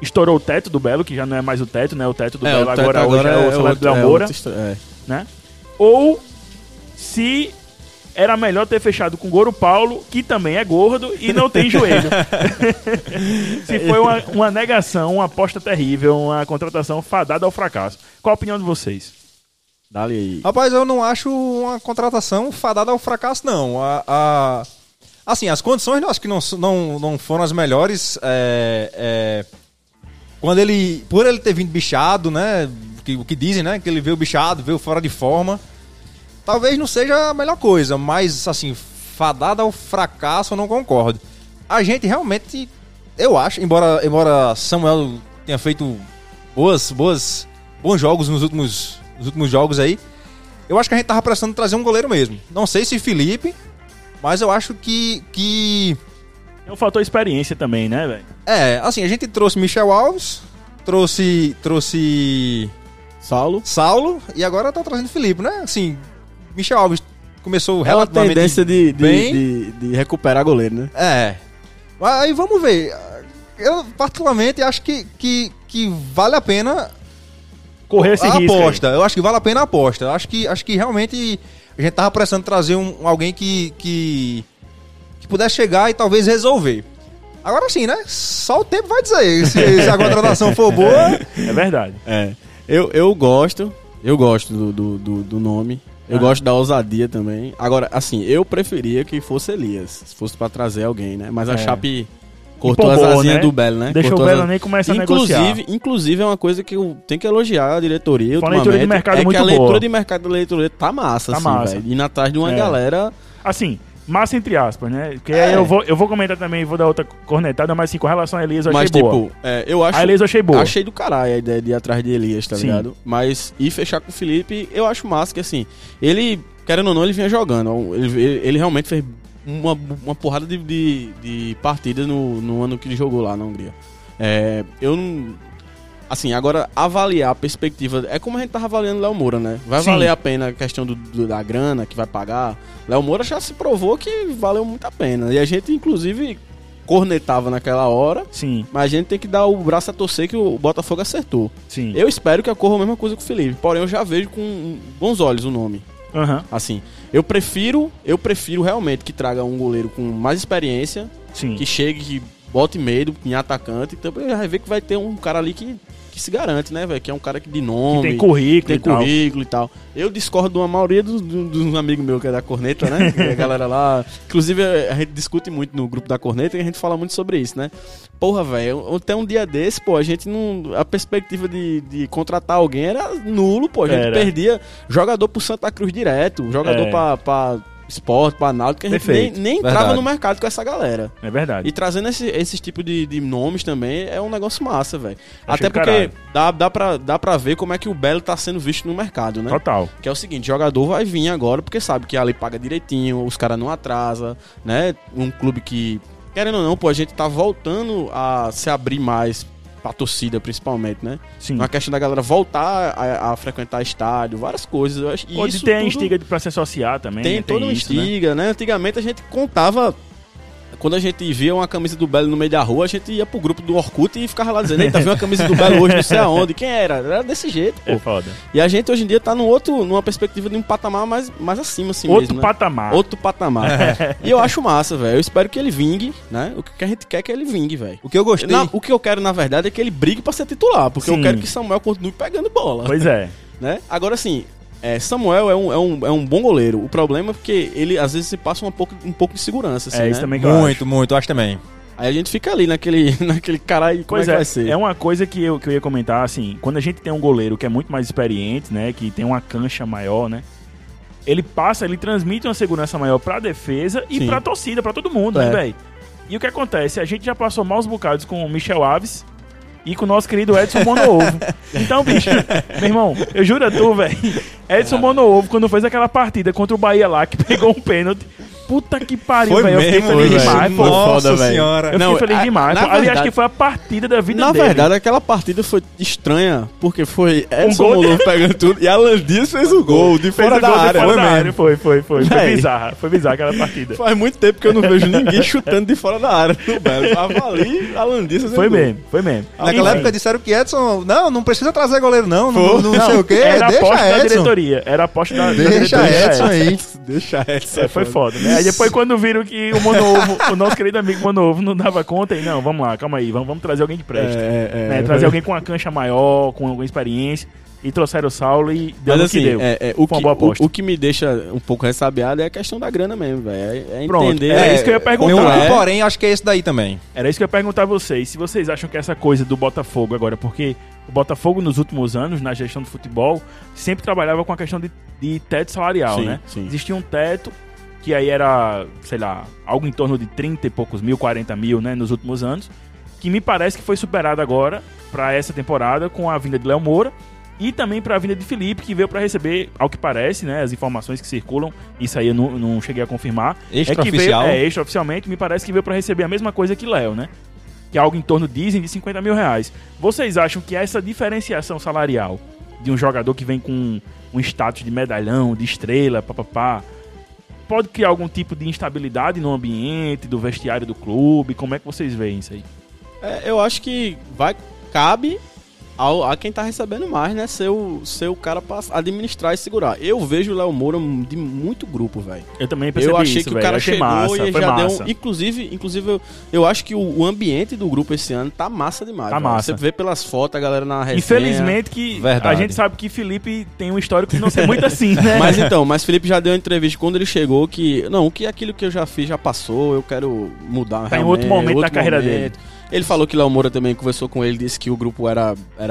estourou o teto do Belo, que já não é mais o teto, né? O teto do Belo
o teto
agora, hoje é, o salário
outro-
do
é
Amora,
outra histó- é.
né? Ou se era melhor ter fechado com o Goro Paulo, que também é gordo e não tem joelho. se foi uma, uma negação, uma aposta terrível, uma contratação fadada ao fracasso. Qual a opinião de vocês?
Dá-lhe aí.
Rapaz, eu não acho uma contratação fadada ao fracasso, não. A, a- Assim, as condições eu acho que não, s- não, não foram as melhores. é, é, Quando ele. Por ele ter vindo bichado, né? que- o que dizem, né? Que ele veio bichado, veio fora de forma. Talvez não seja a melhor coisa, mas assim, fadada ao fracasso eu não concordo. A gente realmente, eu acho, embora, embora Samuel tenha feito boas, boas, bons jogos nos últimos, nos últimos jogos aí, eu acho que a gente tava precisando trazer um goleiro mesmo. Não sei se Felipe, mas eu acho que, que
Então faltou experiência também, né, velho?
é, assim, a gente trouxe Michel Alves, trouxe, trouxe
Saulo.
Saulo e agora tá trazendo Felipe, né? Assim, Michel Alves começou
É uma
relativamente
tendência de, de,
bem.
de- de recuperar goleiro, né?
É. Aí vamos ver. Eu, particularmente, acho que, que, que vale a pena
Correr
É
esse
a
risco. aí.
aposta. Eu acho que vale a pena a aposta. Eu acho que, acho que realmente a gente tava um precisando trazer um, alguém que, que, que pudesse chegar e talvez resolver. Agora sim, né? Só o tempo vai dizer. Se, se a contratação for boa.
É verdade.
É. Eu, eu gosto, eu gosto do, do, do, do nome. Eu
Ah.
gosto da ousadia também. Agora, assim, eu preferia que fosse Elias, se fosse pra trazer alguém, né? Mas a
É.
Chape cortou as
Empolgou,
asinhas
né?
do Belo, né?
Deixou
Cortou
o
as
Belo
asas-
nem começar a negociar.
Inclusive, inclusive é uma coisa que eu tenho que elogiar a diretoria.
Foi uma leitura de
ultimamente,
mercado
é
muito
que a
boa.
leitura de mercado da diretoria tá massa,
Tá
assim,
massa.
velho. Indo atrás de uma
É.
galera.
Assim, massa entre aspas, né? Porque aí
É.
eu vou, eu vou comentar também, vou dar outra cornetada, mas assim, com relação a Elias, eu achei
mas,
boa.
tipo, é, eu acho.
a Elias eu achei boa.
Achei do caralho a ideia de ir atrás de Elias, tá
Sim.
ligado? Mas e fechar com o Felipe, eu acho massa que assim, ele, querendo ou não, ele vinha jogando. Ele, ele- ele realmente fez uma, uma porrada de, de, de partidas no, no ano que ele jogou lá na Hungria. É, eu não. Assim, agora avaliar a perspectiva. É como a gente tava avaliando o Léo Moura, né? Vai
Sim.
valer a pena a questão do, do- da grana que vai pagar. Léo Moura já se provou que valeu muito a pena. E a gente, inclusive, cornetava naquela hora.
Sim,
Mas a gente tem que dar o braço a torcer que o Botafogo acertou.
sim.
Eu espero que ocorra a mesma coisa com o Felipe, porém eu já vejo com bons olhos o nome.
Aham,
Assim, eu prefiro, eu prefiro realmente que traga um goleiro com mais experiência,
sim.
que chegue, que bote medo em atacante, então ele vai ver que vai ter um cara ali que, que se garante, né, velho? Que é um cara que de
Que
nome,
tem currículo
tem
e tal.
currículo e tal. Eu discordo de uma maioria dos, dos- dos amigos meus que é da corneta, né? Que é a galera lá. Inclusive, é, a gente discute muito no grupo da corneta e a gente fala muito sobre isso, né? Porra, velho, até um dia desse, pô, a gente não. A perspectiva de, de contratar alguém era nulo, pô. A gente
Era.
perdia jogador pro Santa Cruz direto, jogador
É.
pra. pra esporte, pra náutico, a gente nem,
Perfeito.
nem entrava
Verdade.
no mercado com essa galera.
É verdade.
E trazendo esse, esses tipo de, de nomes também é um negócio massa, velho.
Achei
Até
do
porque
caralho.
dá, dá, pra, dá pra ver como é que o Belo tá sendo visto no mercado, né?
Total.
Que é o seguinte, jogador vai vir agora porque sabe que a lei paga direitinho, os caras não atrasa, né? Um clube que, querendo ou não, pô, a gente tá voltando a se abrir mais pra torcida, principalmente, né?
Sim.
Uma questão da galera voltar a, a frequentar estádio, várias coisas. Eu acho, e
Pode
isso
ter a
tudo-
instiga de pra se associar também.
tem,
né?
toda uma
isso, né?
instiga, né? Antigamente a gente contava. Quando a gente via uma camisa do Belo no meio da rua, a gente ia pro grupo do Orkut e ficava lá dizendo: Eita, viu a camisa do Belo hoje, não sei aonde. Quem era? Era desse jeito, pô.
É foda.
E a gente hoje em dia tá num outro, numa perspectiva de um patamar mais, mais acima, assim
Outro
mesmo. né?
patamar. É.
Outro patamar. E eu acho massa, velho. Eu espero que ele vingue, né? O que a gente quer é que ele vingue, velho.
O que eu gostei.
Na- O que eu quero, na verdade, é que ele brigue pra ser titular, porque eu
Sim.
quero que Samuel continue pegando bola
Pois é.
né? Agora sim, é, Samuel é um, é, um, é um bom goleiro. O problema é porque ele às vezes se passa um pouco, um pouco de segurança, assim,
é
né?
isso também que eu acho.
Muito, muito, acho também.
Aí a gente fica ali naquele, naquele caralho, como é
Pois
que vai ser?
é, é uma coisa que eu, que eu ia comentar, assim, quando a gente tem um goleiro que é muito mais experiente, né, que tem uma cancha maior, né, ele passa, ele transmite uma segurança maior pra defesa e
Sim.
pra torcida, pra todo mundo,
É.
né, velho? E o que acontece? A gente já passou maus bocados com o Michel Aves e com o nosso querido Edson Monoovo. Então, bicho, meu irmão, eu juro a tu, velho, Edson
É.
Monoovo, quando fez aquela partida contra o Bahia lá, que pegou um pênalti, puta que pariu, velho, eu fiquei um feliz
foi,
demais, pô.
Foi foda,
Nossa
velho.
senhora.
Eu
Não,
fiquei feliz
a-
demais.
na
pô. Aliás,
verdade-
que foi a partida da vida
Na
dele. Um
verdade, aquela partida foi estranha, porque foi Edson
gol
Molovo pegando tudo e Alan Dias fez o gol de
Fez
fora
o
da
gol de
área.
fora
Foi
da
mesmo.
área, Foi, foi, foi. Foi
Véi.
bizarra. Foi bizarra aquela partida.
Faz muito tempo que eu não vejo ninguém chutando de fora da área. do Belo. Tava ali, Alan Dias fez o
Foi
gol.
mesmo, foi mesmo.
Naquela
Enfim,
época disseram que Edson. Não, não precisa trazer goleiro, não. Não, não sei o quê.
Era a aposta
Deixa
é da
Edson.
diretoria. Era a aposta da, da
Deixa
diretoria.
Edson
é.
aí.
Deixa essa.
É, foi foda, né? Aí depois quando viram que o Monovo, o nosso querido amigo Monovo não dava conta, e não, vamos lá, calma aí, vamos, vamos trazer alguém de
É,
presta.
é,
né?
é.
Trazer alguém com uma cancha maior, com alguma experiência, e trouxeram o Saulo e deu
Mas
no
assim,
que deu.
É, é,
Foi
o, que,
uma boa aposta.
o, o que me deixa um pouco ressabiado é a questão da grana mesmo, velho. É, é
Pronto,
entender.
era isso que eu ia perguntar.
Meu
É.
um porém, acho que é esse daí também.
Era isso que eu ia perguntar a vocês. Se vocês acham que essa coisa do Botafogo agora, porque o Botafogo nos últimos anos, na gestão do futebol, sempre trabalhava com a questão de, de teto salarial,
Sim,
né?
sim.
Existia um teto que aí era, sei lá, algo em torno de 30 e poucos mil, 40 mil, né, nos últimos anos, que me parece que foi superado agora para essa temporada com a vinda de Léo Moura e também para a vinda de Felipe, que veio para receber, ao que parece, né, as informações que circulam, isso aí eu não, não cheguei a confirmar,
Extraoficial.
é que veio, é, extraoficialmente, me parece que veio pra receber a mesma coisa que Léo, né? Que é algo em torno, dizem, de 50 mil reais. Vocês acham que essa diferenciação salarial de um jogador que vem com um status de medalhão, de estrela, papapá, pode criar algum tipo de instabilidade no ambiente, do vestiário do clube? Como é que vocês veem isso aí?
É, eu acho que vai, cabe ao- a quem tá recebendo mais, né? Ser o, ser o cara pra administrar e segurar. Eu vejo o Léo Moura de muito grupo, velho.
Eu também percebi
Eu achei
isso,
que o
velho.
cara
achei
chegou
massa,
e
foi
já
massa.
deu um, Inclusive, inclusive eu, eu acho que o, o ambiente do grupo esse ano tá massa demais.
Tá
velho.
massa.
Você vê pelas fotos, a galera na resenha.
Infelizmente que a
Verdade.
gente sabe que Felipe tem um histórico de não ser muito assim, né?
Mas então, mas Felipe já deu uma entrevista quando ele chegou que. Não, que aquilo que eu já fiz já passou, eu quero mudar.
Tá em
realmente,
outro momento da carreira
Ele falou que Léo Moura também conversou com ele, disse que o grupo era. era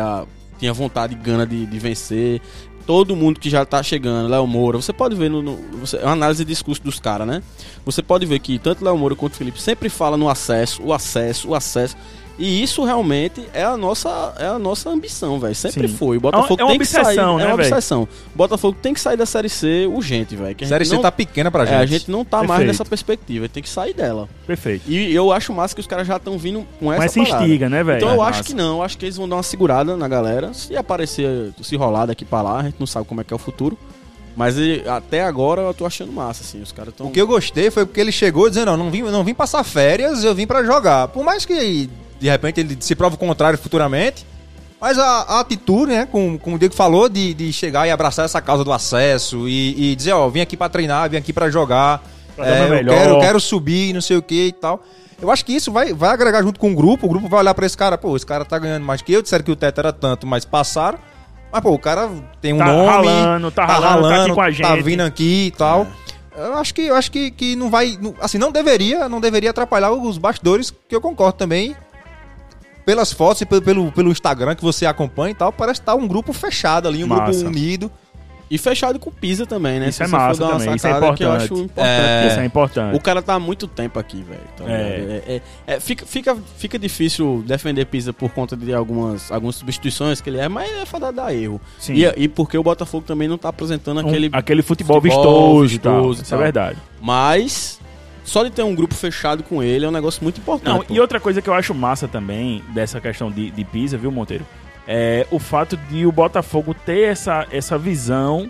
tinha vontade e gana de, de vencer. Todo mundo que já tá chegando, Léo Moura, você pode ver no. no- você- é uma análise de discurso dos caras, né? Você pode ver que tanto Léo Moura quanto Felipe sempre falam no acesso, o acesso, o acesso. E isso realmente é a nossa, é a nossa ambição, velho. Sempre
Sim.
foi. O Botafogo
É uma- é uma
tem que sair.
obsessão, né,
é uma
velho?
obsessão. Botafogo tem que sair da Série C urgente, velho. que a gente
Série C
não-
tá pequena pra
é,
gente.
a gente não tá mais
Perfeito.
nessa perspectiva, tem que sair dela.
Perfeito.
E eu acho massa que os caras já estão vindo com essa
Mas se
parada.
instiga, né, velho?
Então eu acho
Massa.
que não, eu acho que eles vão dar uma segurada na galera. Se aparecer, se rolar daqui pra lá, a gente não sabe como é que é o futuro. Mas e, até agora eu tô achando massa, assim, os caras estão...
O que eu gostei foi porque ele chegou dizendo, não, não vim, não vim passar férias, eu vim pra jogar. Por mais que, de repente, ele se prova o contrário futuramente, mas a, a atitude, né, como, como o Diego falou, de, de chegar e abraçar essa causa do acesso e, e dizer, ó, vim aqui pra treinar, vim aqui pra jogar,
Pra dar
é,
meu
eu
melhor.
quero, eu quero subir, não sei o que e tal. Eu acho que isso vai, vai agregar junto com o grupo, o grupo vai olhar pra esse cara, pô, esse cara tá ganhando mais que eu, disseram que o teto era tanto, mas passaram. Mas, pô, o cara tem um
Tá
nome,
ralando, tá ralando, tá aqui com a
tá
gente. É.
vindo aqui e tal. Eu acho que eu acho que, que não vai, não- assim, não deveria, não deveria atrapalhar os bastidores, que eu concordo também. Pelas fotos e pelo, pelo, pelo Instagram que você acompanha e tal, parece estar um grupo fechado ali, um
Massa.
grupo unido.
E fechado com o Pisa também, né?
Isso
Se
é
você for
massa
dar uma
também, isso é
sacada, que eu
importante.
acho importante.
Isso é importante.
O cara tá há muito tempo aqui, velho. tá
É.
ligado? É, é- é, fica, fica, fica difícil defender Pisa por conta de algumas, algumas substituições que ele é, mas é foda dar erro.
Sim.
E, e porque o Botafogo também não tá apresentando
Um-
aquele.
aquele futebol,
futebol
vistoso e tal.
vistoso e
Isso é
tal.
verdade.
Mas só de ter um grupo fechado com ele é um negócio muito importante.
Não,
pô.
e outra coisa que eu acho massa também dessa questão de, de Pisa, viu, Monteiro? É o fato de o Botafogo ter essa, essa visão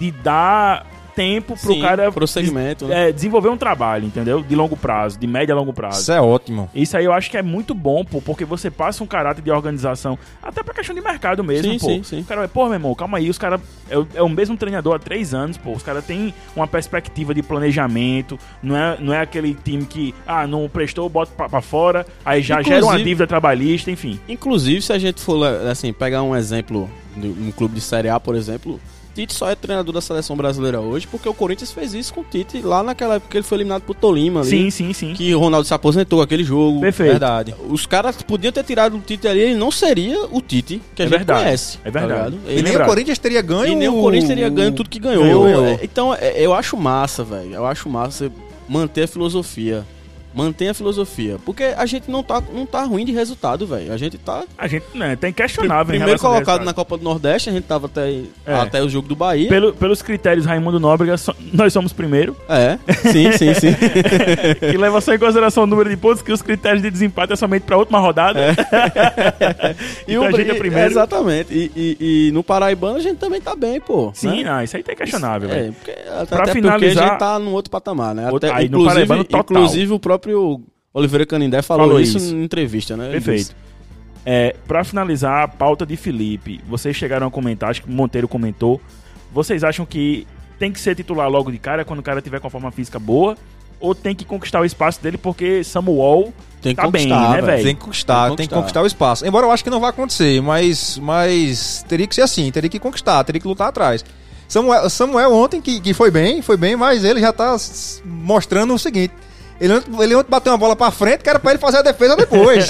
de dar tempo pro
Sim, né?
cara
prosseguimento,
des- é, desenvolver um trabalho, entendeu? De longo prazo, de médio a longo prazo.
Isso é ótimo.
Isso aí eu acho que é muito bom, pô, porque você passa um caráter de organização, até pra questão de mercado mesmo,
Sim,
pô.
sim, sim.
O cara vai, pô, meu irmão, calma aí, os caras. É, o- é o mesmo treinador há três anos, pô. Os caras têm uma perspectiva de planejamento, não é, não é aquele time que, ah, não prestou, bota pra, pra fora, aí já gera uma
Inclusive-
dívida trabalhista, enfim.
Inclusive, se a gente for assim, pegar um exemplo de um clube de Série A, por exemplo, Tite só é treinador da seleção brasileira hoje porque o Corinthians fez isso com o Tite lá naquela época que ele foi eliminado pro Tolima ali.
Sim, sim, sim.
Que o Ronaldo se aposentou aquele jogo.
Perfeito.
Verdade. Os caras podiam ter tirado o Tite ali, ele não seria o Tite que a
É
gente
verdade.
conhece. tá
É verdade. E
ligado?
E
Ele-
nem
lembrado.
o Corinthians teria ganho.
e nem o Corinthians teria ganho tudo que ganhou.
Ganhou, ganhou.
É, Então, é, eu acho massa, velho. Eu acho massa você manter a filosofia. Manter a filosofia. Porque a gente não tá, não tá ruim de resultado, velho. A gente tá
A gente né, tem questionável em
Primeiro
relação ao
colocado na
resultado.
Copa do Nordeste, a gente tava até,
É.
até o jogo do Bahia.
Pelo, pelos critérios Raimundo Nóbrega, so- nós somos primeiro,
É, sim, sim, sim.
que leva só em consideração o número de pontos, que os critérios de desempate é somente pra última rodada.
É,
Então a gente é
e-
primeiro.
Exatamente. E, e- e no Paraibano a gente também tá bem, pô.
Sim,
né?
não, isso aí tá questionável, velho.
É, porque, até,
Pra
até porque
finalizar-
a gente tá num outro patamar, né?
Outro-
Até,
aí no
inclusive,
Paraibano, total.
inclusive o próprio Oliveira Canindé falou,
Falou
isso,
isso.
em entrevista, né? Ele disse.
Perfeito. É, para finalizar a pauta de Felipe, vocês chegaram a comentar, acho que Monteiro comentou. Vocês acham que tem que ser titular logo de cara quando o cara tiver com a forma física boa? Ou tem que conquistar o espaço dele porque Samuel
Tem que
tá bem,
conquistar,
né,
velho.
velho?
Tem que conquistar, tem que
conquistar.
conquistar o espaço. Embora eu acho que não vai acontecer, mas, mas teria que ser assim, teria que conquistar, teria que lutar atrás. Samuel, Samuel ontem, que, que foi bem, foi bem, mas ele já tá s- mostrando o seguinte. Ele, ontem- ele ontem bateu uma bola pra frente, que era pra ele fazer a defesa depois.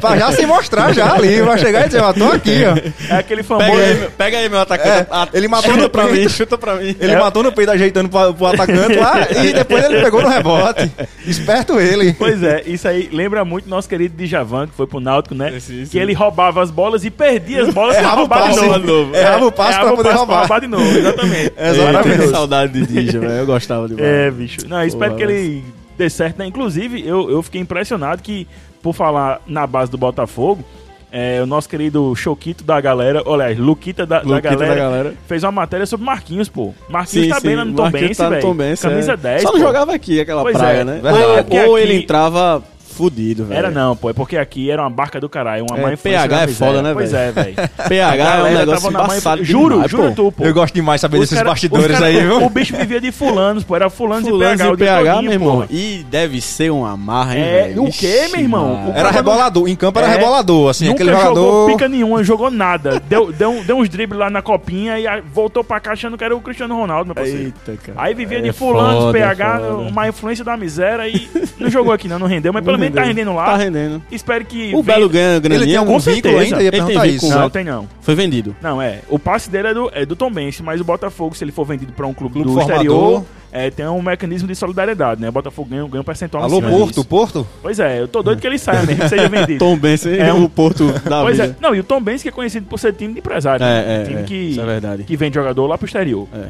pra já se mostrar já ali, vai chegar e dizer, ó, tô aqui, ó.
É aquele
Pega aí,
famoso.
meu- pega aí, meu
É,
atacante. Ah,
ele matou
chuta
no
pra mim,
peito,
chuta pra mim.
ele matou no peito ajeitando pro, pro atacante lá, e depois ele pegou no rebote. Esperto ele.
Pois é, isso aí lembra muito nosso querido Djavan, que foi pro Náutico, né?
Sim, sim.
Que ele roubava as bolas e perdia as bolas pra
Errava o
roubar de
passe,
novo. É,
errava o passe pra poder roubar.
de novo, exatamente.
Eita, que
Exatamente.
É, saudade de Dija, velho. Eu gostava demais.
É, bicho. Não, eu espero
Porra,
que ele dê certo, né? Inclusive, eu, eu fiquei impressionado que, por falar na base do Botafogo, é, o nosso querido Choquito da galera, olha, aí, Luquita da, da
Luquita da
galera,
galera.
fez uma matéria sobre Marquinhos, pô. Marquinhos tá bem lá no Tombense,
Marquinhos tá no
velho.
Tombense,
Camisa
é.
10,
Só
pô.
não jogava aqui, aquela
Pois
praia,
é,
né?
verdade.
Ou, ou
Porque
ele
aqui-
entrava Fudido, velho.
Era não, pô. É porque aqui era uma barca do caralho. Uma
né? É,
má influência
PH
na
é
miséria.
foda, né,
Pois
velho?
é, velho. A
PH é um
galera
negócio
tava na má
embaçado
influ- Juro,
demais,
juro
pô.
tu, pô.
Eu gosto demais de saber
Os
desses
cara- os
bastidores
cara-
aí,
O
viu?
bicho vivia de fulanos, pô. Era fulanos,
Fulanos
e PH.
e
o dia
PH,
todinho,
meu irmão.
pô.
E deve ser uma marra, hein,
É,
velho?
o quê, meu irmão?
Ixi,
O
Mara.
Era rebolador. Em campo era
É.
rebolador, assim,
Nunca
aquele
jogou
jogador.
pica nenhuma, jogou nada. Deu, deu, deu uns dribles lá na copinha e aí voltou pra cá achando que era o Cristiano Ronaldo, meu parceiro.
Eita, cara.
Aí vivia
É
de fulanos,
foda,
PH,
foda.
uma influência da miséria e não jogou aqui não, não rendeu, mas
Não
pelo menos tá
rendeu.
rendendo lá.
Tá rendendo.
Espero que...
O
venha-
Belo ganha um
Ele tem
graninha.
algum
com
vínculo
certeza.
ainda? Eu ia
Ele tem
perguntar isso.
vínculo,
Não, tem não.
Foi vendido.
Não, é. O passe dele é do, é do Tom Benz, mas o Botafogo, se ele for vendido pra um clube,
Clube
do
formador.
exterior, é, tem um mecanismo de solidariedade, né? O Botafogo ganha, ganha um percentual em
Alô,
cima
Porto,
disso.
Porto?
Pois é, eu tô doido que ele saia mesmo, que seja vendido.
Tom Benz
É
é
um-
o Porto da
Pois é.
vida.
Não, e o Tom Benz que é conhecido por ser time de empresário. né?
É, é,
time
é.
que,
Isso é verdade.
que vende jogador lá pro exterior.
É.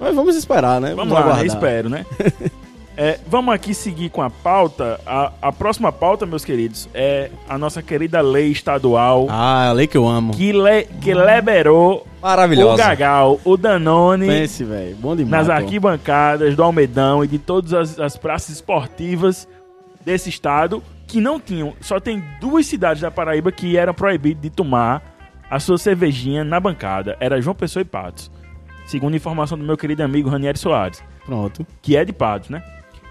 Mas vamos esperar, né?
Vamos lá, né?
aguardar.
espero, né? É, vamos aqui seguir com a pauta. A, a próxima pauta, meus queridos, é a nossa querida lei estadual
Ah, é a lei que eu amo.
que, le, que liberou o
Maravilhosa.
Gagal, o Danone,
Pense, velho. Bom demais.
nas
pô.
arquibancadas do Almedão e de todas as, as praças esportivas desse estado que não tinham. Só tem duas cidades da Paraíba que eram proibidas de tomar a sua cervejinha na bancada. Era João Pessoa e Patos. Segundo informação do meu querido amigo Ranieri Soares,
Pronto.
que é de Patos, né?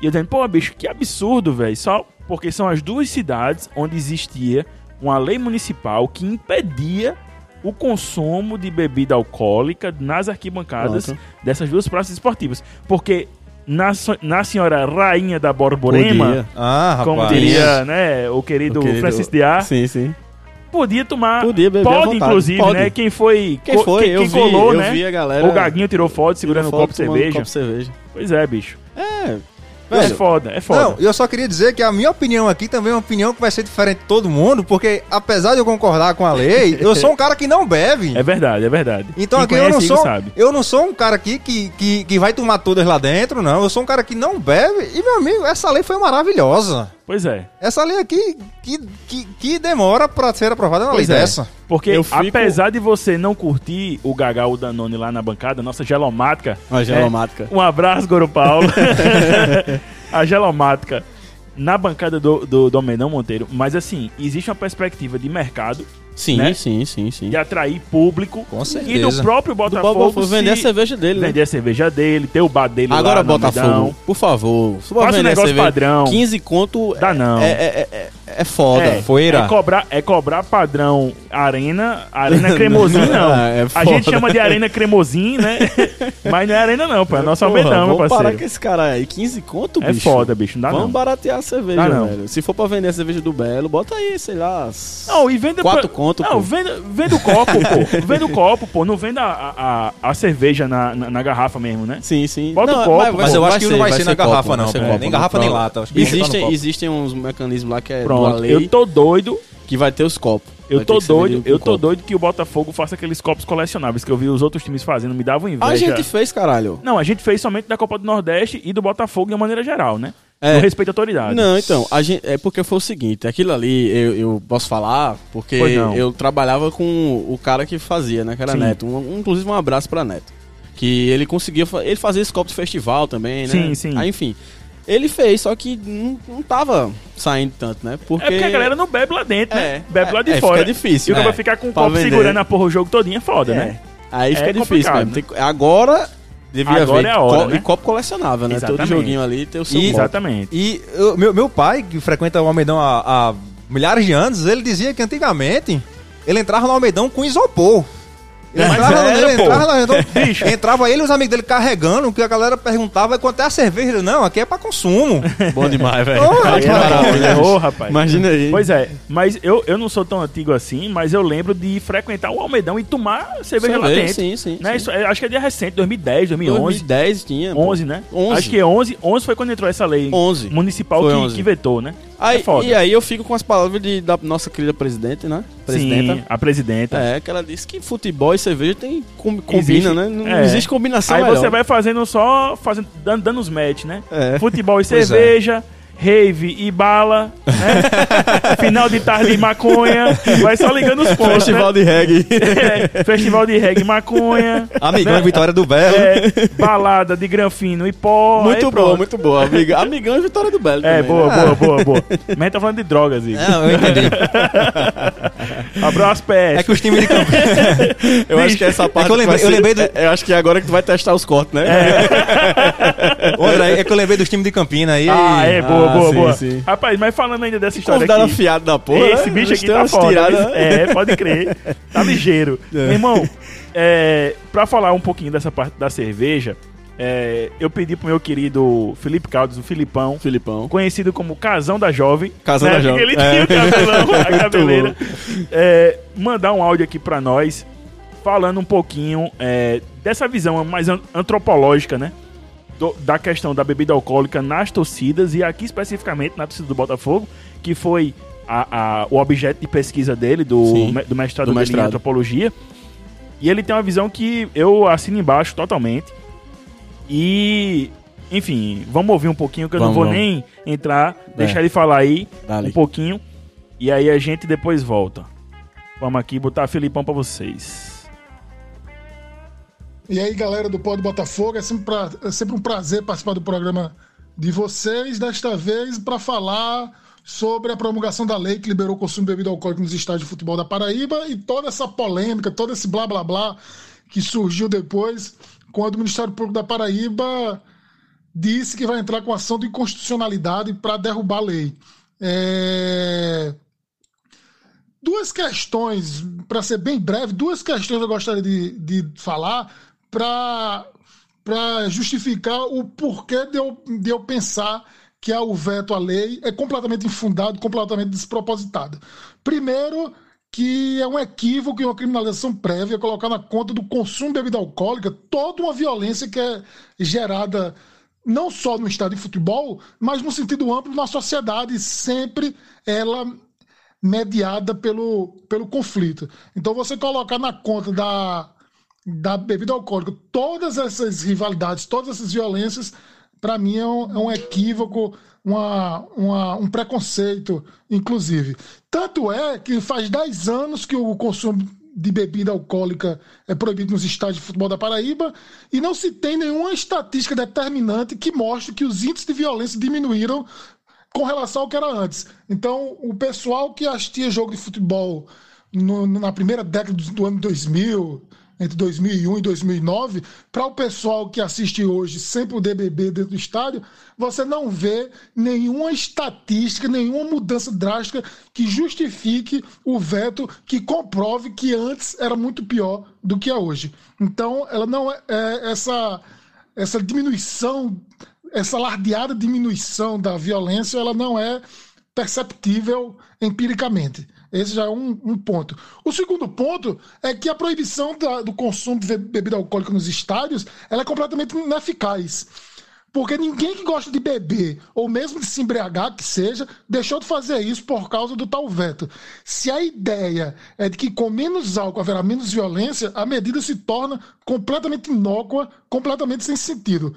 E eu dizendo, pô, bicho, que absurdo, velho. Só porque são as duas cidades onde existia uma lei municipal que impedia o consumo de bebida alcoólica nas arquibancadas
Pronto.
dessas duas praças esportivas. Porque na, so- na senhora Rainha da Borborema,
Podia.
Ah, rapaz.
como diria né, o querido,
O querido-
Francis de A,
Sim, sim.
podia tomar.
Podia beber à
pode,
vontade.
inclusive,
Pode.
né? Quem foi.
Quem
co-
foi?
Quem,
eu
quem
vi,
colou,
eu
né?
vi a galera.
o Gaguinho tirou foto segurando um
tirou
copo de
foto, tomando
cerveja.
copo de cerveja.
Pois é, bicho. É
Velho,
foda, é foda.
Não, eu só queria dizer que a minha opinião aqui também é uma opinião que vai ser diferente de todo mundo, porque apesar de eu concordar com a lei, eu sou um cara que não bebe.
É verdade, é verdade. Quem
Então aqui eu não
conhece Igor
sou,
sabe.
eu não sou um cara aqui que, que, que vai tomar todas lá dentro, não. Eu sou um cara que não bebe. E meu amigo, essa lei foi maravilhosa.
Pois é.
Essa lei aqui que, que, que demora pra ser aprovada uma lei
Pois é.
dessa.
Porque
Eu fico-
apesar de você não curtir o Gagá o Danone lá na bancada, nossa gelomática.
Uma
né?
gelomática.
Um abraço, Goro Paulo. a gelomática na bancada do, do, do Almedão Monteiro. Mas assim, existe uma perspectiva de mercado,
Sim,
né?
sim, sim, sim.
de atrair público.
Com
E do
certeza.
próprio
Do
Botafogo.
Botafogo vender a
se-
cerveja dele, né?
Vender a cerveja dele, ter o bar dele lá
Agora,
no Almedão.
Botafogo, por favor. se for
Faça um
vender
negócio
cerveja,
padrão.
15 conto é-
Dá não.
É, é, é, é foda.
É, é cobrar, é cobrar padrão arena, arena cremosinho não.
Ah, é
a
foda.
gente chama de arena cremosinho, né? Mas não é arena não, pô, é nosso
Porra,
almedão, meu
vamos parar
parceiro.
com esse cara aí. 15 conto,
É
bicho.
foda, bicho, não dá
Vamos
não.
baratear a
Dá
cerveja,
não.
velho. Se for pra vender a cerveja do Belo, bota aí, sei lá. s-
Não, e venda
Quatro conto,
Não,
pô.
venda, venda o copo, pô. Venda o copo, pô. Não venda a, a, a cerveja na, na, na garrafa mesmo, né?
Sim, sim.
Bota o copo, pô.
Mas eu acho que não vai ser na garrafa, não,
ser
pô.
copo,
Nem garrafa, nem
Pronto.
lata. Acho que tem que botar no
Existem,
copo.
existem uns mecanismos lá que é Pronto,
Pronto,
lei
eu tô doido,
que vai ter os copos.
eu
Vai ter
tô
que ser
doido,
vendido
eu
com
tô
copo.
doido que o Botafogo faça aqueles copos colecionáveis que eu vi os outros times fazendo, me davam inveja.
A gente fez, caralho.
Não, a gente fez somente da Copa do Nordeste e do Botafogo de uma maneira geral, né?
É.
No respeito à autoridade.
Não, então, a gente, é porque foi o seguinte, aquilo ali eu, eu posso falar, porque
Pois não.
eu trabalhava com o cara que fazia, né, que era
Sim.
Neto. Um- inclusive um abraço pra Neto. Que ele conseguia, fa- ele fazia esse copo de festival também, né?
Sim, sim.
Aí, enfim, ele fez, só que não, não tava saindo tanto, né? Porque...
É porque a galera não bebe lá dentro,
É,
né? Bebe lá de
é,
fora.
fica
E
difícil,
o cara
né?
vai ficar com o
Pra
copo
vender.
segurando a porra o jogo todinho é foda,
É.
né?
Aí fica
É
difícil
complicado,
mesmo. Tem que- agora devia
Agora
haver
é a hora, né?
e copo colecionável, né?
Exatamente.
Todo joguinho ali tem o seu
E-
copo.
Exatamente.
E eu- meu, meu pai, que frequenta o Almedão há, há milhares de anos, ele dizia que antigamente ele entrava no Almedão com isopor. Ele
Mas
entrava, no-
era,
ele
pô.
entrava no Almedão,
Bicho.
entrava ele e os amigos dele carregando, que a galera perguntava quanto é a cerveja. Ele, não, aqui é pra consumo.
Bom demais, velho.
Oh,
Cara, que maravilha.
né? Ô, rapaz.
Imagina aí.
Pois é, mas eu, eu não sou tão antigo assim, mas eu lembro de frequentar o Almedão e tomar cerveja lá
Cerveja,
dentro.
sim, sim,
Né?
sim.
Isso, é- acho que é dia recente, 2010, 2011.
2010 tinha. pô.
11, né?
11.
Acho que 11, 11 foi quando entrou essa lei
11.
municipal
Foi
que,
11.
que vetou, né?
Aí,
é foda.
E aí eu fico com as palavras de, da nossa querida presidente, né? Presidenta.
Sim, a presidenta.
É, que ela disse que futebol e cerveja tem com- combina,
Existe-
né? Não
é.
existe combinação
Aí
melhor.
você vai fazendo só, fazendo, dando, dando os match, né?
É.
Futebol e
Pois é.
cerveja. rave e bala, né? final de tarde e maconha, vai só ligando os pontos, né?
Festival de reggae.
É, festival de reggae e maconha,
Amigão e Vitória do Belo.
é, balada de granfino e pó. aí
muito boa,
pronto.
muito boa. Amiga- Amigão e Vitória do Belo.
É,
também,
boa,
né?
boa, boa, boa. Mas a gente tá falando de drogas, Igor.
Não, eu entendi.
Abraço, PS.
É que os times de campo.
Eu acho que essa parte.
eu lembrei-
vai ser-
eu lembrei do-
é, eu acho que é agora que tu vai testar os cortes, né?
Ô, André, é que eu lembrei dos times de Campina aí.
Ah, é, boa,
Ah,
boa,
sim,
boa.
sim.
Rapaz, mas falando ainda dessa história
Convidado
aqui...
afiado da porra.
Esse
né?
bicho
Eles
aqui
têm
tá
umas
foda.
tiradas,
viu?
né?
É, pode crer. Tá ligeiro. Meu irmão, é, pra falar um pouquinho dessa parte da cerveja, é, eu pedi pro meu querido Felipe Caldas, o Filipão,
Filipão.
conhecido como Casão da Jovem. Né?
Casão da Jovem.
Ele tinha
É.
o cabelão, a
Muito
cabeleira. É, mandar um áudio aqui pra nós, falando um pouquinho é, dessa visão mais an- antropológica, né? do- da questão da bebida alcoólica nas torcidas e aqui especificamente na torcida do Botafogo, que foi a- a- o objeto de pesquisa dele, do,
Sim,
me- do mestrado
do
dele
mestrado.
em antropologia. E ele tem uma visão que eu assino embaixo totalmente. E, enfim, vamos ouvir um pouquinho, que eu
Vamos,
não vou
vamos.
nem entrar, deixar
É.
ele falar aí
Dale.
um pouquinho. E aí a gente depois volta. Vamos aqui botar Filipão pra vocês.
E aí, galera do Pod Botafogo, é sempre, pra- é sempre um prazer participar do programa de vocês, desta vez para falar sobre a promulgação da lei que liberou o consumo de bebida alcoólica nos estádios de futebol da Paraíba e toda essa polêmica, todo esse blá blá blá que surgiu depois, quando o Ministério Público da Paraíba disse que vai entrar com ação de inconstitucionalidade para derrubar a lei. É, duas questões, para ser bem breve, duas questões eu gostaria de, de falar para justificar o porquê de eu, de eu pensar que ah, o veto à lei é completamente infundado, completamente despropositado. Primeiro, que é um equívoco e uma criminalização prévia colocar na conta do consumo de bebida alcoólica toda uma violência que é gerada não só no estado de futebol, mas no sentido amplo na sociedade, sempre ela mediada pelo, pelo conflito. Então, você colocar na conta da, da bebida alcoólica todas essas rivalidades, todas essas violências, para mim é um, é um equívoco, uma, uma- um preconceito, inclusive. Tanto é que faz 10 anos que o consumo de bebida alcoólica é proibido nos estádios de futebol da Paraíba e não se tem nenhuma estatística determinante que mostre que os índices de violência diminuíram com relação ao que era antes. Então, o pessoal que assistia jogo de futebol no- no- na primeira década do, do ano 2000, entre 2001 e 2009, para o pessoal que assiste hoje sem poder beber dentro do estádio, você não vê nenhuma estatística, nenhuma mudança drástica que justifique o veto, que comprove que antes era muito pior do que é hoje. Então, ela não é- é essa essa diminuição, essa lardeada diminuição da violência, ela não é perceptível empiricamente. Esse já é um, um ponto. O segundo ponto é que a proibição da- do consumo de be- bebida alcoólica nos estádios ela é completamente ineficaz. Porque ninguém que gosta de beber, ou mesmo de se embriagar, que seja, deixou de fazer isso por causa do tal veto. Se a ideia é de que com menos álcool haverá menos violência, a medida se torna completamente inócua, completamente sem sentido.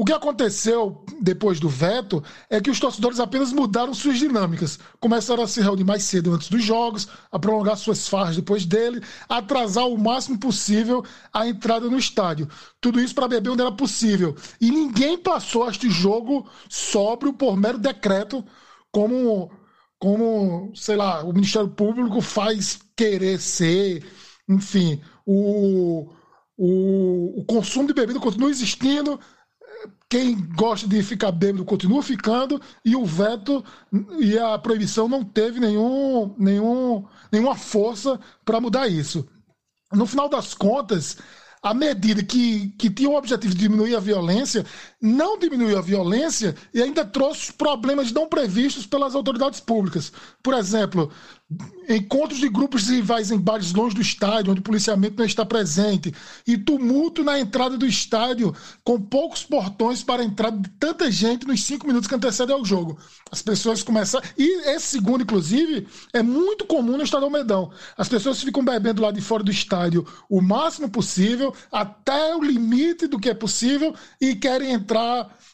O que aconteceu depois do veto é que os torcedores apenas mudaram suas dinâmicas. Começaram a se reunir mais cedo antes dos jogos, a prolongar suas farras depois dele, a atrasar o máximo possível a entrada no estádio. Tudo isso para beber onde era possível. E ninguém passou a este jogo sóbrio por mero decreto, como, como sei lá, o Ministério Público faz querer ser. Enfim, o, o, o consumo de bebida continua existindo quem gosta de ficar bêbado continua ficando e o veto e a proibição não teve nenhum, nenhum, nenhuma força para mudar isso. No final das contas, a medida que, que tinha o objetivo de diminuir a violência não diminuiu a violência e ainda trouxe problemas não previstos pelas autoridades públicas. Por exemplo, encontros de grupos rivais em bares longe do estádio, onde o policiamento não está presente, e tumulto na entrada do estádio, com poucos portões para a entrada de tanta gente nos cinco minutos que antecedem ao jogo. As pessoas começam. E esse segundo, inclusive, é muito comum no Estadão Medão. As pessoas ficam bebendo lá de fora do estádio o máximo possível, até o limite do que é possível, e querem entrar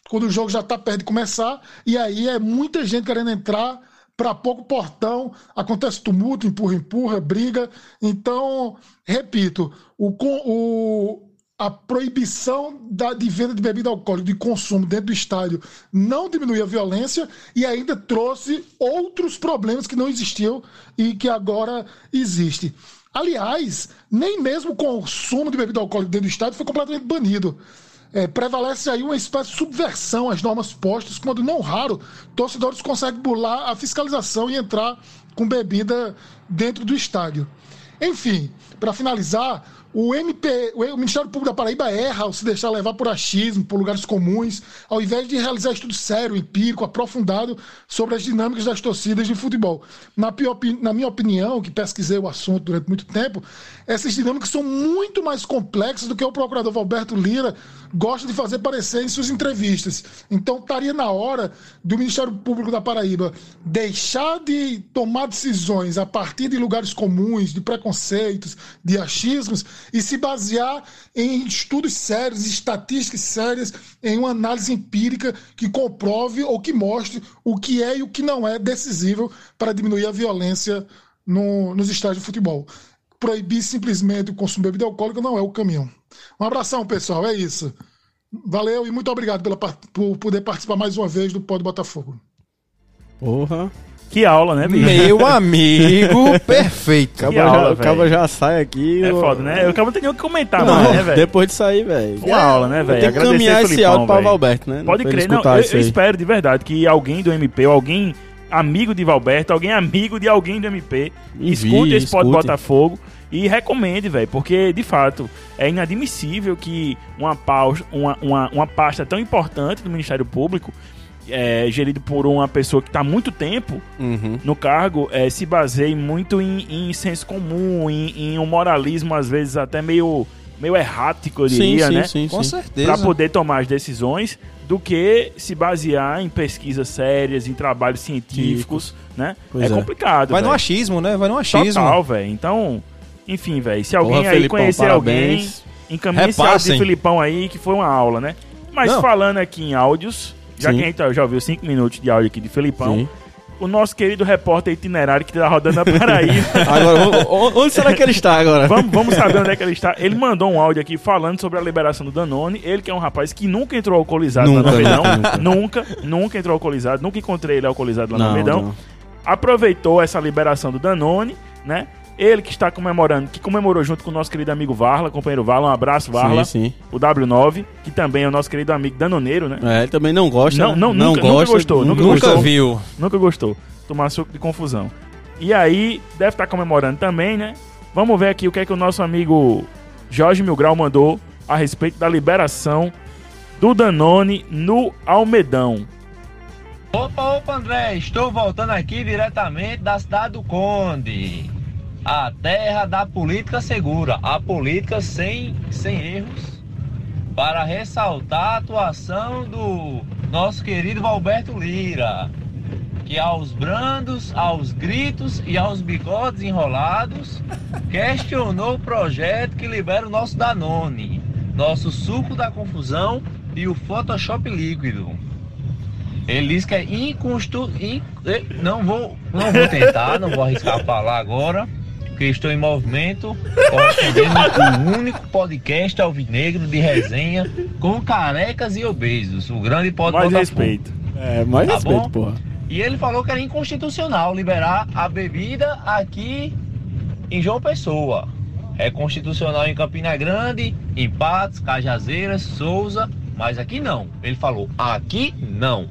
quando o jogo já está perto de começar, e aí é muita gente querendo entrar para pouco portão, acontece tumulto, empurra, empurra, briga. Então, repito, o, o, a proibição da, de venda de bebida alcoólica, de consumo dentro do estádio, não diminuiu a violência e ainda trouxe outros problemas que não existiam e que agora existem. Aliás, nem mesmo o consumo de bebida alcoólica dentro do estádio foi completamente banido. É, prevalece aí uma espécie de subversão às normas postas, quando não raro torcedores conseguem burlar a fiscalização e entrar com bebida dentro do estádio. Enfim, para finalizar, o MP, o Ministério Público da Paraíba erra ao se deixar levar por achismo, por lugares comuns, ao invés de realizar estudo sério, empírico, aprofundado sobre as dinâmicas das torcidas de futebol. Na, pior, na minha opinião, que pesquisei o assunto durante muito tempo, essas dinâmicas são muito mais complexas do que o procurador Valberto Lira gosta de fazer parecer em suas entrevistas. Então, estaria na hora do Ministério Público da Paraíba deixar de tomar decisões a partir de lugares comuns, de preconceitos, de achismos, e se basear em estudos sérios, estatísticas sérias, em uma análise empírica que comprove ou que mostre o que é e o que não é decisivo para diminuir a violência no, nos estádios de futebol. Proibir simplesmente o consumo de bebida alcoólica não é o caminho. Um abração, pessoal. É isso. Valeu e muito obrigado pela, por poder participar mais uma vez do Pod Botafogo.
Porra.
Que aula, né, bicho?
Meu amigo, perfeito.
Acaba já,
aula,
o cabo
velho.
já sai aqui.
É
ó.
foda, né? Eu acabo não tem nem o que comentar,
Não,
mais, né, velho?
depois de sair, velho.
Uma aula, né, velho?
Tem que
Agradecer
caminhar esse
Felipão,
áudio pra
velho.
Valberto, né?
Pode
Pra ele
crer, não.
escutar
Eu,
isso
eu
aí.
espero de verdade que alguém do MP, ou alguém amigo de Valberto, alguém amigo de alguém do MP,
Envie,
escute esse Pod
escute.
Botafogo e recomende, velho, porque de fato é inadmissível que uma, paus, uma, uma, uma pasta tão importante do Ministério Público, é, gerido por uma pessoa que está há muito tempo
Uhum.
no cargo eh, se baseie muito em, em senso comum, em, em um moralismo, às vezes até meio, meio errático, eu
Sim,
diria,
sim,
né?
sim,
Com
sim.
Para
certeza.
poder tomar as decisões, do que se basear em pesquisas sérias, em trabalhos científicos, né?
Pois
é,
é.
complicado.
Vai no
véi.
achismo, né? Vai no achismo.
Total, velho. Então, enfim, velho. Se alguém
Porra,
aí
Felipão,
conhecer alguém,
parabéns.
encaminhe esse áudio de
Repassem.
Filipão aí, que foi uma aula, né? Mas
Não.
falando aqui em áudios, já
Sim.
que a gente tá, já ouviu cinco minutos de áudio aqui de Felipão,
Sim.
o nosso querido repórter itinerário que tá rodando na Paraíba.
Agora, o- o- onde será que ele está agora?
vamos, vamos saber onde é que ele está. Ele mandou um áudio aqui falando sobre a liberação do Danone. Ele que é um rapaz que nunca entrou alcoolizado lá
Nunca,
no Medão.
nunca,
Nunca, nunca entrou alcoolizado. Nunca encontrei ele alcoolizado lá no
Não,
Medão.
não.
Aproveitou essa liberação do Danone, né? Ele que está comemorando, que comemorou junto com o nosso querido amigo Varla, companheiro Varla, um abraço, Varla,
Sim, sim.
o W9, que também é o nosso querido amigo Danoneiro, né?
É, ele também não gosta.
Não,
né?
não, nunca- nunca
gosta,
gostou, nunca
Nunca
gostou.
viu.
Nunca gostou. Tomar suco de confusão. E aí, deve estar comemorando também, né? Vamos ver aqui o que é que o nosso amigo Jorge Milgrau mandou a respeito da liberação do Danone no Almedão.
Opa, opa, André, estou voltando aqui diretamente da cidade do Conde. A terra da política segura, a política sem, sem erros, para ressaltar a atuação do nosso querido Valberto Lira, que aos brandos, aos gritos e aos bigodes enrolados, questionou o projeto que libera o nosso Danone, nosso suco da confusão e o Photoshop líquido. Ele diz que é inconstu... in- eh, Não vou, não vou tentar, não vou arriscar falar agora, porque estou em movimento, correspondendo o único podcast alvinegro de resenha com carecas e obesos, o grande podcast.
Mais respeito.
É, mais
Tá
respeito,
bom?
porra.
E ele falou que era inconstitucional liberar a bebida aqui em João Pessoa. É constitucional em Campina Grande, em Patos, Cajazeiras, Souza, mas aqui não. Ele falou, aqui não.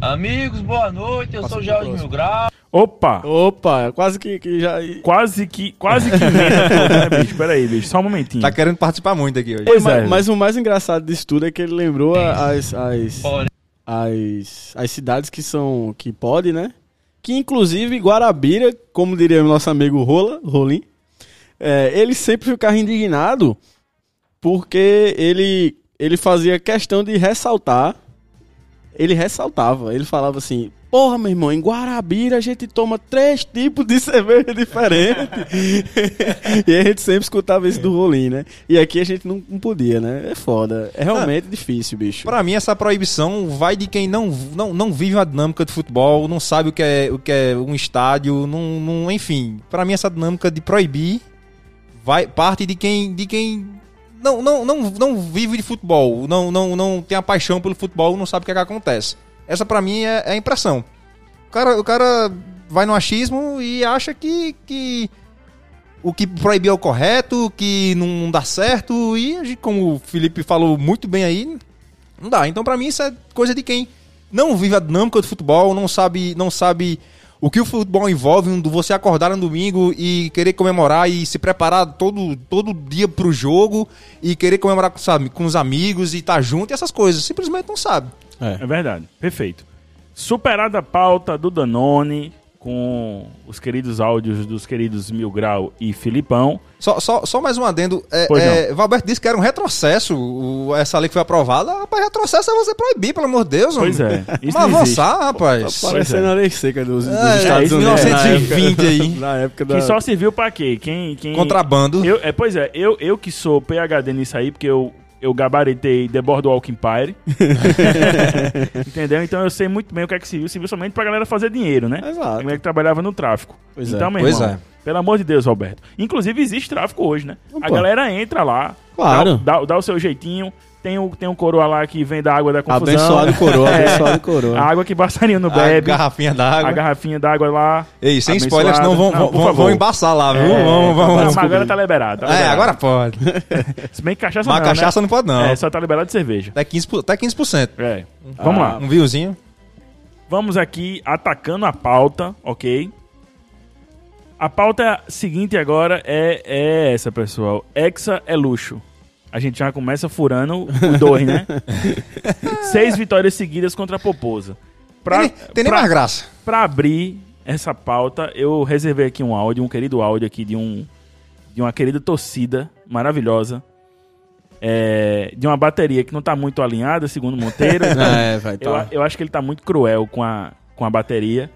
Amigos, boa noite. Eu
Passa
sou
pro
Jorge
próximo.
Mil Grau.
Opa!
Opa, quase que, que já.
Quase que. Quase que emenda tudo, né, bicho? Pera aí, bicho. Só um momentinho.
Tá querendo participar muito aqui hoje.
Pois
mas,
é.
mas o mais engraçado disso tudo é que ele lembrou a- as, as,
Porém,
as, as cidades que são. que pode, né? que inclusive Guarabira, como diria o nosso amigo Rola, Rolim, é, ele sempre ficava indignado porque ele, ele fazia questão de ressaltar, ele ressaltava, ele falava assim, porra, meu irmão, em Guarabira a gente toma três tipos de cerveja diferente. e a gente sempre escutava isso do Rolim, né? E aqui a gente não, não podia, né? É foda, é realmente difícil, bicho.
Pra mim, essa proibição vai de quem não, não, não vive uma dinâmica de futebol, não sabe o que é, o que é um estádio, não, não, enfim. Pra mim, essa dinâmica de proibir vai parte de quem, de quem não, não, não, não vive de futebol, não, não, não tem a paixão pelo futebol, não sabe o que, é que acontece. Essa, pra mim, é, é a impressão. O cara, o cara vai no achismo e acha que, que o que proibir é o correto, o que não dá certo, e a gente, como o Felipe falou muito bem aí, não dá. Então, pra mim, isso é coisa de quem não vive a dinâmica do futebol, não sabe, não sabe o que o futebol envolve, um do você acordar no domingo e querer comemorar e se preparar todo, todo dia pro jogo e querer comemorar com, sabe, com os amigos e estar junto e essas coisas. Simplesmente não sabe.
É verdade, perfeito. Superada a pauta do Danone, com os queridos áudios dos queridos Mil Grau e Filipão.
Só, só, só mais um adendo. É,
Pois
é, Valberto disse que era um retrocesso, o- essa lei que foi aprovada. Rapaz, retrocesso é você proibir, pelo amor de Deus.
Pois
homem.
é, isso
Vamos
não existe.
avançar, rapaz.
Pois
Parecendo
é.
a lei seca dos, dos
É,
Estados
é,
Unidos. né? na
1920
época-
aí.
Na época da...
Que só serviu pra quê? Quem, quem...
Uh.
Contrabando.
Eu, é, pois é, eu, eu que sou PHD nisso aí, porque eu, eu gabaritei The Boardwalk Empire. Entendeu? Então eu sei muito bem o que é que serviu. Serviu somente pra galera fazer dinheiro, né? A
Exato.
galera que trabalhava no tráfico.
Pois é.
então, meu
Pois
irmão,
é.
pelo amor de Deus, Roberto. Inclusive existe tráfico hoje, né? A
Opa.
galera entra lá,
Claro.
dá, dá, dá o seu jeitinho. Tem um, tem um coroa lá que vem da água da confusão.
Abençoado coroa,
É.
abençoado coroa. né?
A água que passarinho não
A
bebe.
garrafinha d'água.
A garrafinha d'água lá.
Ei, sem spoiler, senão vão,
Não,
vão,
por
vão,
favor.
vão embaçar lá, viu?
É,
vamos,
agora- mas
vamos.
agora tá liberado. tá
É,
liberado.
agora pode.
Se bem que cachaça
Mas
não,
cachaça
né?
não pode, não.
É, só tá liberado de cerveja.
Até 15%. Até 15%.
É. Vamos lá.
Um vinhozinho.
Vamos aqui atacando a pauta, ok? A pauta seguinte agora é, é essa, pessoal. Hexa é luxo. A gente já começa furando os dois, né? Seis vitórias seguidas contra a Poposa. Pra,
Tem, nem- tem nem
pra-
mais graça.
Pra abrir essa pauta, eu reservei aqui um áudio, um querido áudio aqui de um de uma querida torcida maravilhosa. É, de uma bateria que não tá muito alinhada, segundo Monteiro.
É, vai,
eu,
tá.
eu acho que ele tá muito cruel com a, com a bateria.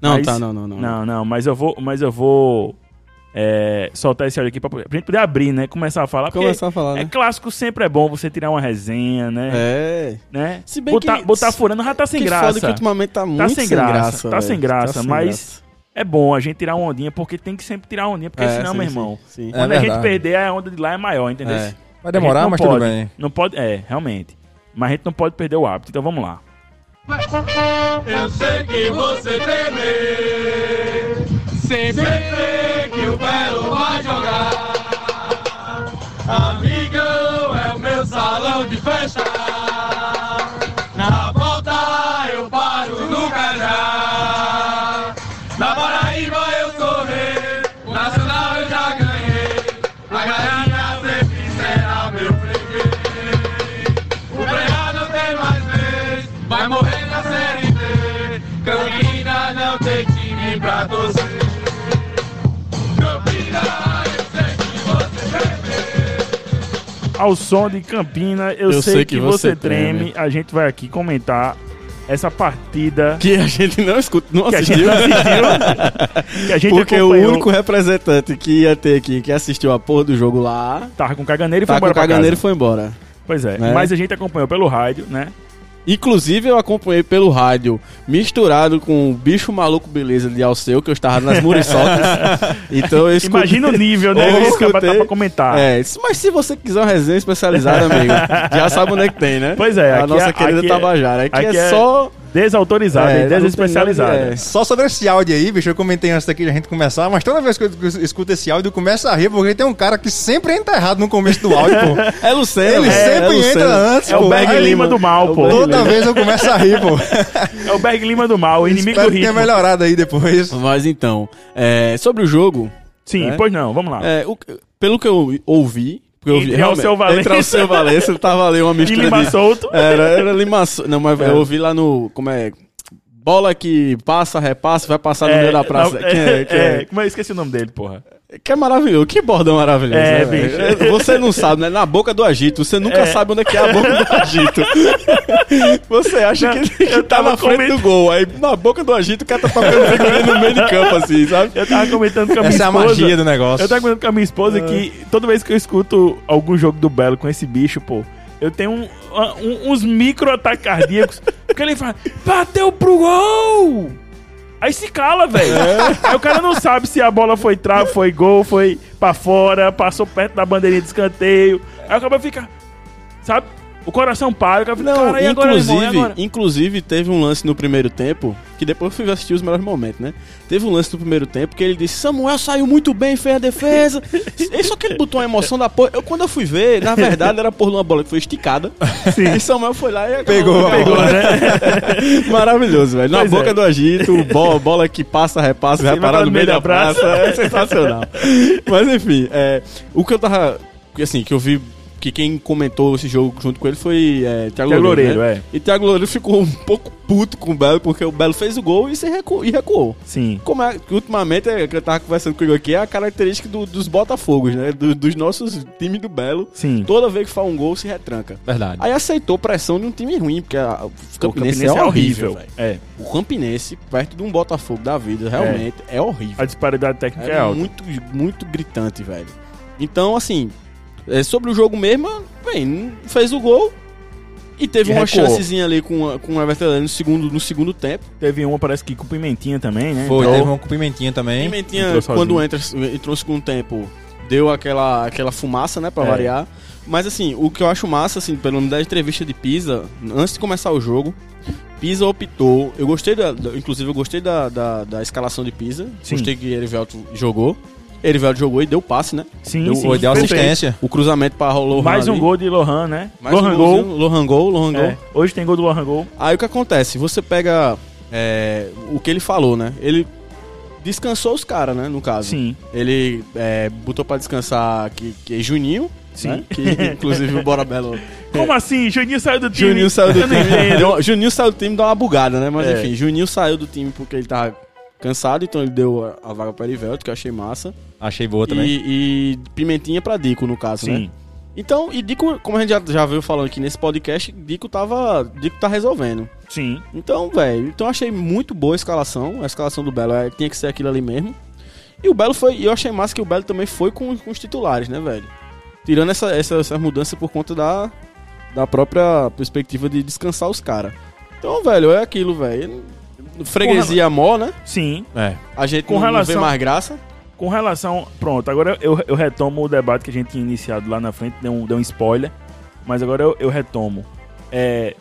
Não,
mas-
tá, não, não, não.
Não, não, mas eu vou, mas eu vou é, soltar esse áudio aqui pra, pra gente poder abrir, né? Começar a falar. porque
Começar a falar,
É
né?
clássico, sempre é bom você tirar uma resenha, né?
É.
né?
Se bem
botar,
que-
botar furando já tá sem
que
graça.
foda que ultimamente tá muito
sem graça, tá
velho.
sem graça,
sem
mas-
graça.
É bom a gente tirar uma ondinha, porque tem que sempre tirar uma ondinha, porque
É,
senão,
sim,
meu
sim,
irmão,
sim.
quando
É
a gente
verdade.
perder, a onda de lá é maior, entendeu?
É.
Vai
A gente
demorar,
não
mas
pode,
tudo bem.
Não pode, é, realmente. Mas a gente não pode perder o hábito, então vamos lá.
Eu sei que você teme, sempre que o Belo vai jogar. Amigão é o meu salão de festa. Na volta eu paro no Cajá. Na Paraíba eu sou rei, nacional eu já ganhei. A galinha sempre será meu freguês. O Breado tem mais vez, vai morrer na Série B. Campina não tem time pra torcer. Campina, eu sei que você
Ao som de Campina, eu, sei, que, você treme, a gente vai aqui comentar essa partida
Que a gente não escuta, não
que a gente
assistiu.
não assistiu, que a gente
Porque o
acompanhou.
único representante que ia ter aqui, que assistiu a porra do jogo lá,
Tava com caganeiro e foi
tá com
embora
o
pra
caganeiro e
casa.
foi embora.
Pois é,
né?
mas a gente acompanhou pelo rádio, né?
Inclusive, eu acompanhei pelo rádio, misturado com o bicho maluco beleza de Alceu, que eu estava nas muriçocas. então eu escutei...
Imagina o nível, né?
Eu
Isso que tá
escutei-
pra comentar.
É, disse, mas se você quiser uma resenha especializada, amigo, já sabe onde é que tem, né?
Pois é,
A
aqui
nossa
é-
querida
aqui é-
Tabajara. Aqui,
aqui
é,
é-
só...
Desautorizada
É,
e
não tem nada
desespecializada.
de-
Só sobre esse áudio aí, bicho, eu comentei antes daqui da gente começar, mas toda vez que eu escuto esse áudio, eu começo a rir, porque tem um cara que sempre entra errado no começo do áudio, pô.
É Lucena,
Ele
é,
sempre
é
entra
Lucena.
antes,
É o
pô.
Berg
Aí,
Lima do
É
mal, pô.
Toda vez eu começo a rir, pô.
É o Berg Lima do mal, o inimigo do
Espero que tenha
ritmo.
melhorado aí depois.
Mas então, é, sobre o jogo,
Sim,
né?
pois não, vamos lá.
é, o- pelo que eu ouvi... Porque eu ouvi,
Entre
realmente,
Alceu Valença.
Entre Alceu Valença, ele tava ali tá uma
e
mistura
Lima
de...
solto.
Era, era limação. Não, mas eu ouvi lá no. Como é? Bola que passa, repassa, vai passar no
É,
meio da praça.
não,
Quem é, quem
é,
é?
como eu esqueci o nome dele, porra.
Que é maravilhoso, que bordão maravilhoso.
É,
né,
bicho.
velho? Você não sabe, né? Na boca do agito. Você nunca
É.
sabe onde é que é a boca do agito. Você acha
Não,
que, que
eu
tá
tava
na frente
coment-
do gol. Aí na boca do agito o cara tá tocando figurinha no meio de campo, assim, sabe?
Eu tava comentando com a minha
Essa é a
esposa.
magia do negócio.
Eu tava comentando com a minha esposa que toda vez que eu escuto algum jogo do Belo com esse bicho, pô, eu tenho um- a- um- uns micro-ataques cardíacos. porque ele fala, bateu pro gol! Aí se cala, velho. Aí o cara não sabe se a bola foi tra foi gol, foi pra fora, passou perto da bandeirinha de escanteio. Aí o cara fica, sabe? O coração para, o cara fica,
Não,
cara, e agora,
inclusive,
irmão, e agora?
inclusive teve um lance no primeiro tempo, que depois eu fui assistir os melhores momentos, né? Teve um lance no primeiro tempo que ele disse: Samuel saiu muito bem, fez a defesa. Ele só que ele botou uma emoção da porra. Eu, quando eu fui ver, na verdade era por uma bola que foi esticada.
Sim.
E Samuel foi lá e
Pegou a
pegou, né? Maravilhoso, velho. Na
Pois
boca
é.
do agito, bola, bola que passa, repassa, vai
vai
parar
pra
no meio da praça. É sensacional. Mas enfim, é, o que eu tava. que, Assim, que eu vi que quem comentou esse jogo junto com ele foi é, Thiago
Thiago
Loureiro.
Loureiro,
né? E Thiago Loureiro ficou um pouco puto com o Belo, porque o Belo fez o gol e, se recu- e recuou.
Sim.
Como é que ultimamente, é, que eu tava conversando comigo aqui, é a característica do- dos Botafogos, né? Do- dos nossos times do Belo.
Sim.
Toda vez que faz um gol, se retranca.
Verdade.
Aí aceitou pressão de um time ruim, porque a- o Campinense, é horrível. velho.
É,
o Campinense, perto de um Botafogo da vida, realmente é,
a
horrível.
disparidade técnica é,
É
alta.
muito, muito gritante, velho. Então, assim, é, sobre o jogo mesmo, bem, não fez o gol e teve
E
uma
recuou.
chancezinha ali com, a- com o Everton Leandro no segundo, no segundo tempo.
Teve uma, parece que com pimentinha também, né?
Foi,
Então,
teve um com pimentinha também.
Pimentinha,
Entrou sozinho.
quando entra, entrou no segundo tempo, deu aquela, aquela fumaça, né, pra
É.
variar. Mas assim, o que eu acho massa, assim, pelo menos da entrevista de Pisa, antes de começar o jogo, Pisa optou. Eu gostei da. da- inclusive, eu gostei da, da, da escalação de Pisa.
Sim.
Gostei que Erivelto jogou. Erivelto jogou e deu passe, né?
Sim,
Deu-
sim.
Foi, deu
perfeito.
assistência.
O cruzamento pra Lohan.
Mais um
ali.
gol de Lohan, né?
Mais
Lohan
um
gol.
golzinho. né? Lohan Gol, Lohan Gol.
É, Hoje tem gol do Lohan Gol.
Aí o que acontece? Você pega é, o que ele falou, né? Ele descansou os caras, né? No caso.
Sim.
Ele é, botou pra descansar que, que é Juninho.
Sim.
né? Que inclusive o Bora Belo. É,
Como assim? Juninho saiu do time.
Juninho saiu do
Eu não
time.
entendo.
Deu- Juninho saiu do time dá uma bugada, né? Mas
É.
enfim, Juninho saiu do time porque ele tava cansado, então ele deu a- a vaga pra Erivelto, que eu achei massa.
Achei boa também.
E, e Pimentinha pra Dico, no caso, né?
Sim.
Então, e Dico, como a gente já, já veio falando aqui nesse podcast, Dico tava. Dico tá resolvendo.
Sim.
Então, velho, então eu achei muito boa a escalação. A escalação do Belo é, tinha que ser aquilo ali mesmo. E o Belo foi. E eu achei massa que o Belo também foi com, com os titulares, né, velho? Tirando essa, essa, essa mudança por conta da, da própria perspectiva de descansar os caras. Então, velho, é aquilo, velho. Freguesia mó, né?
Sim.
É.
A gente
Com
não,
relação-
não vê mais graça.
Com relação. Pronto, agora eu, eu retomo o debate que a gente tinha iniciado lá na frente, deu um, deu um spoiler. Mas agora eu, eu retomo. É,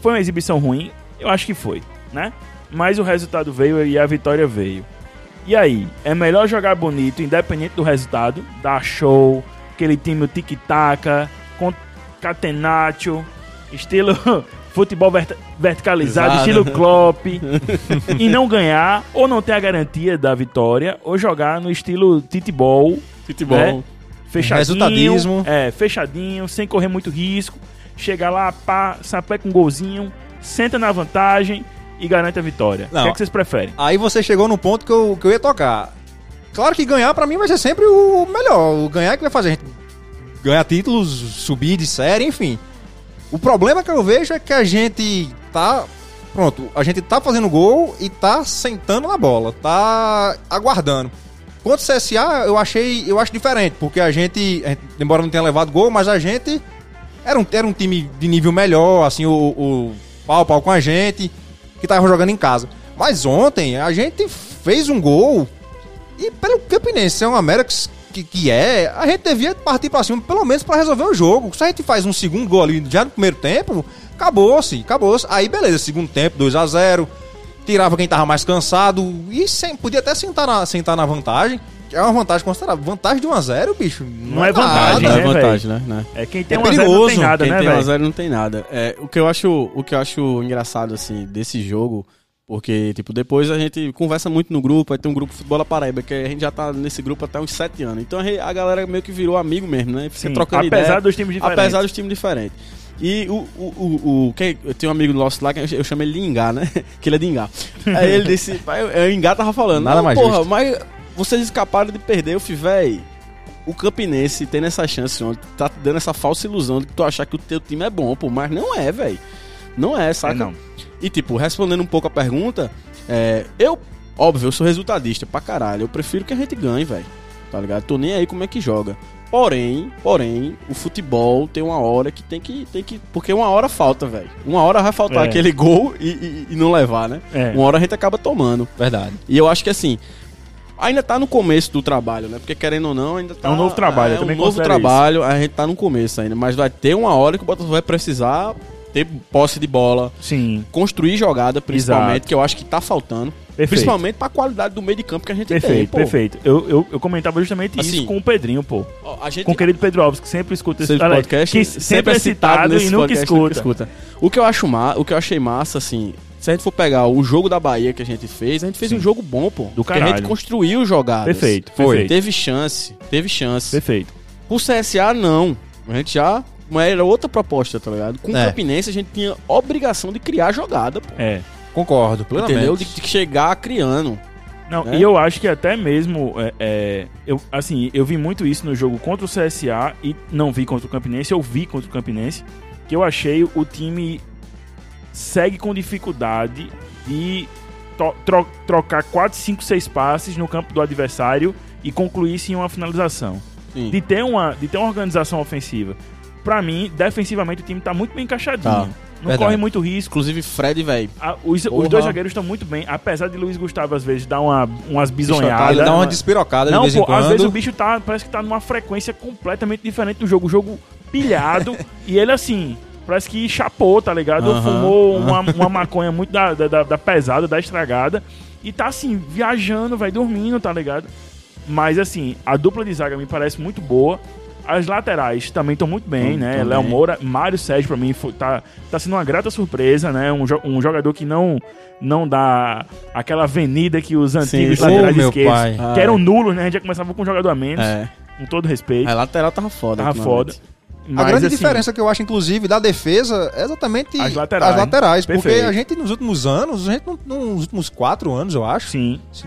Foi uma exibição ruim? Eu acho que foi, né? Mas o resultado veio e a vitória veio. E aí, é melhor jogar bonito, independente do resultado, dar show, aquele time o tic-taca, catenaccio, estilo futebol vert- verticalizado,
Exato.
estilo Klopp, e não ganhar, ou não ter a garantia da vitória, ou jogar no estilo titebol,
Futebol.
É. fechadinho.
Resultadismo.
É, fechadinho, sem correr muito risco. Chegar lá, pá, sapeca um golzinho, senta na vantagem e garante a vitória. O
Não.
que, é que vocês preferem?
Aí você chegou no ponto que eu, que eu ia tocar. Claro que ganhar pra mim vai ser sempre o melhor. O ganhar é que vai fazer a gente ganhar títulos, subir de série, enfim. O problema que eu vejo é que a gente tá. Pronto, a gente tá fazendo gol e tá sentando na bola, tá aguardando. Contra o CSA, eu achei. Eu acho diferente, porque a gente, a gente, embora não tenha levado gol, mas a gente era um, era um time de nível melhor, assim, o, o pau pau com a gente, que tava jogando em casa. Mas ontem a gente fez um gol e pelo Campinense é uma mera que, que- que é, a gente devia partir pra cima, pelo menos pra resolver o jogo. Se a gente faz um segundo gol ali já no primeiro tempo, acabou-se, acabou-se. Aí beleza, segundo tempo, 2 a 0 tirava quem tava mais cansado e sem, podia até sentar na, sentar na vantagem. que É uma vantagem considerável. Vantagem de 1 a 0 bicho. Não,
é vantagem,
nada.
né,
é vantagem, né? né?
É quem tem
É
um a zero não tem
perigoso,
nada,
Quem
né,
tem um a
velho?
zero não tem nada. É, o que eu acho, o que eu acho engraçado assim desse jogo, porque tipo, depois a gente conversa muito no grupo, aí tem um grupo Futebol Paraíba, que a gente já tá nesse grupo até uns sete anos. Então a, re- a galera meio que virou amigo mesmo, né? Fica
Sim,
trocando
apesar
ideia.
dos times diferentes. É,
Apesar dos times diferentes. E o, o, o, o que eu tenho um amigo nosso lá, que eu ch- eu chamo ele de Ingá, né? Que ele é de Ingá. Aí ele disse, pai, o Ingá tava falando,
Nada
"Não,
mais
porra,
justo."
mas vocês escaparam de perder, eu fui, véi. O Campinense tendo essa chance, ontem, tá te dando essa falsa ilusão de que tu achar que o teu time é bom, pô, mas não é, véi. Não é, saca?
É, não.
E, tipo, respondendo um pouco a pergunta, é, eu, óbvio, eu sou resultadista pra caralho. Eu prefiro que a gente ganhe, velho. Tá ligado? Tô nem aí como é que joga. Porém, porém, o futebol tem uma hora que tem que. Tem que porque uma hora falta, velho. Uma hora vai faltar
É.
aquele gol e, e- e não levar, né?
É.
Uma hora a gente acaba tomando.
Verdade.
E eu acho que assim. Ainda tá no começo do trabalho, né? Porque querendo ou não, ainda tá.
É um novo trabalho, eu
é um
também
novo
considero
trabalho, a gente tá no começo ainda. Mas vai ter uma hora que o Botafogo vai precisar ter posse de bola,
Sim,
construir jogada, principalmente,
Exato.
que eu acho que tá faltando.
Perfeito.
Principalmente pra qualidade do meio de campo que a gente tem,
perfeito,
pô.
perfeito. Eu, eu, eu comentava justamente
Assim,
isso com o Pedrinho, pô.
Ó, A gente
Com o querido Pedro Alves, que sempre escuta esse
esse
aliás,
podcast
que sempre, é citado e
nesse
nunca
podcast, nunca
escuta.
escuta. O que eu acho ma o que eu achei massa assim, se a gente for pegar o jogo da Bahia que a gente fez, a gente fez
Sim.
um jogo bom, pô.
Do
Porque a gente
caralho.
construiu jogadas.
Perfeito,
Foi.
perfeito.
Teve chance, teve chance.
Perfeito.
Com o CSA, não. A gente já. Mas era outra proposta, tá ligado? Com o
É.
Campinense, a gente tinha obrigação de criar jogada, pô.
É.
Concordo, plenamente.
Entendeu? De, de chegar criando.
Não,
né?
e eu acho que até mesmo, é, é, eu, assim, eu vi muito isso no jogo contra o CSA e não vi contra o Campinense, eu vi contra o Campinense, que eu achei o time segue com dificuldade de to- tro- trocar 4, 5, 6 passes no campo do adversário e concluir-se em uma finalização.
Sim.
De ter uma, de ter uma organização ofensiva. Pra mim, defensivamente, o time tá muito bem encaixadinho.
Tá,
Não
verdade.
corre muito risco.
Inclusive, Fred, velho.
A- os, os
Porra.
dois zagueiros estão muito bem, apesar de Luiz Gustavo às vezes dar uma, umas
Ele
bizonhadas.
dá uma despirocada
Não,
de vez em
pô,
quando.
às vezes o bicho tá, parece que tá numa frequência completamente diferente do jogo. O jogo pilhado e ele assim, parece que chapou, tá ligado?
Aham,
Fumou uma, uma maconha muito da, da- da- da pesada, da estragada. E tá assim, viajando, vai dormindo, tá ligado? Mas assim, a dupla de zaga me parece muito boa. As laterais também estão muito bem,
Hum,
né?
também.
Léo Moura, Mário Sérgio, pra mim, foi- tá, tá sendo uma grata surpresa, né? Um, jo- um jogador que não, não dá aquela avenida que os antigos
sim.
laterais
Ô, meu
esquerdos,
pai.
que eram nulos, né? A gente já começava com um jogador a menos,
É.
com todo respeito.
A é lateral tava foda.
tava foda.
ultimamente.
Mas,
A grande
assim,
diferença que eu acho, inclusive, da defesa é exatamente
As laterais. né?
as laterais, porque
Perfeito.
a gente, nos últimos anos, a gente não- não- nos últimos quatro anos, eu acho,
Sim,
se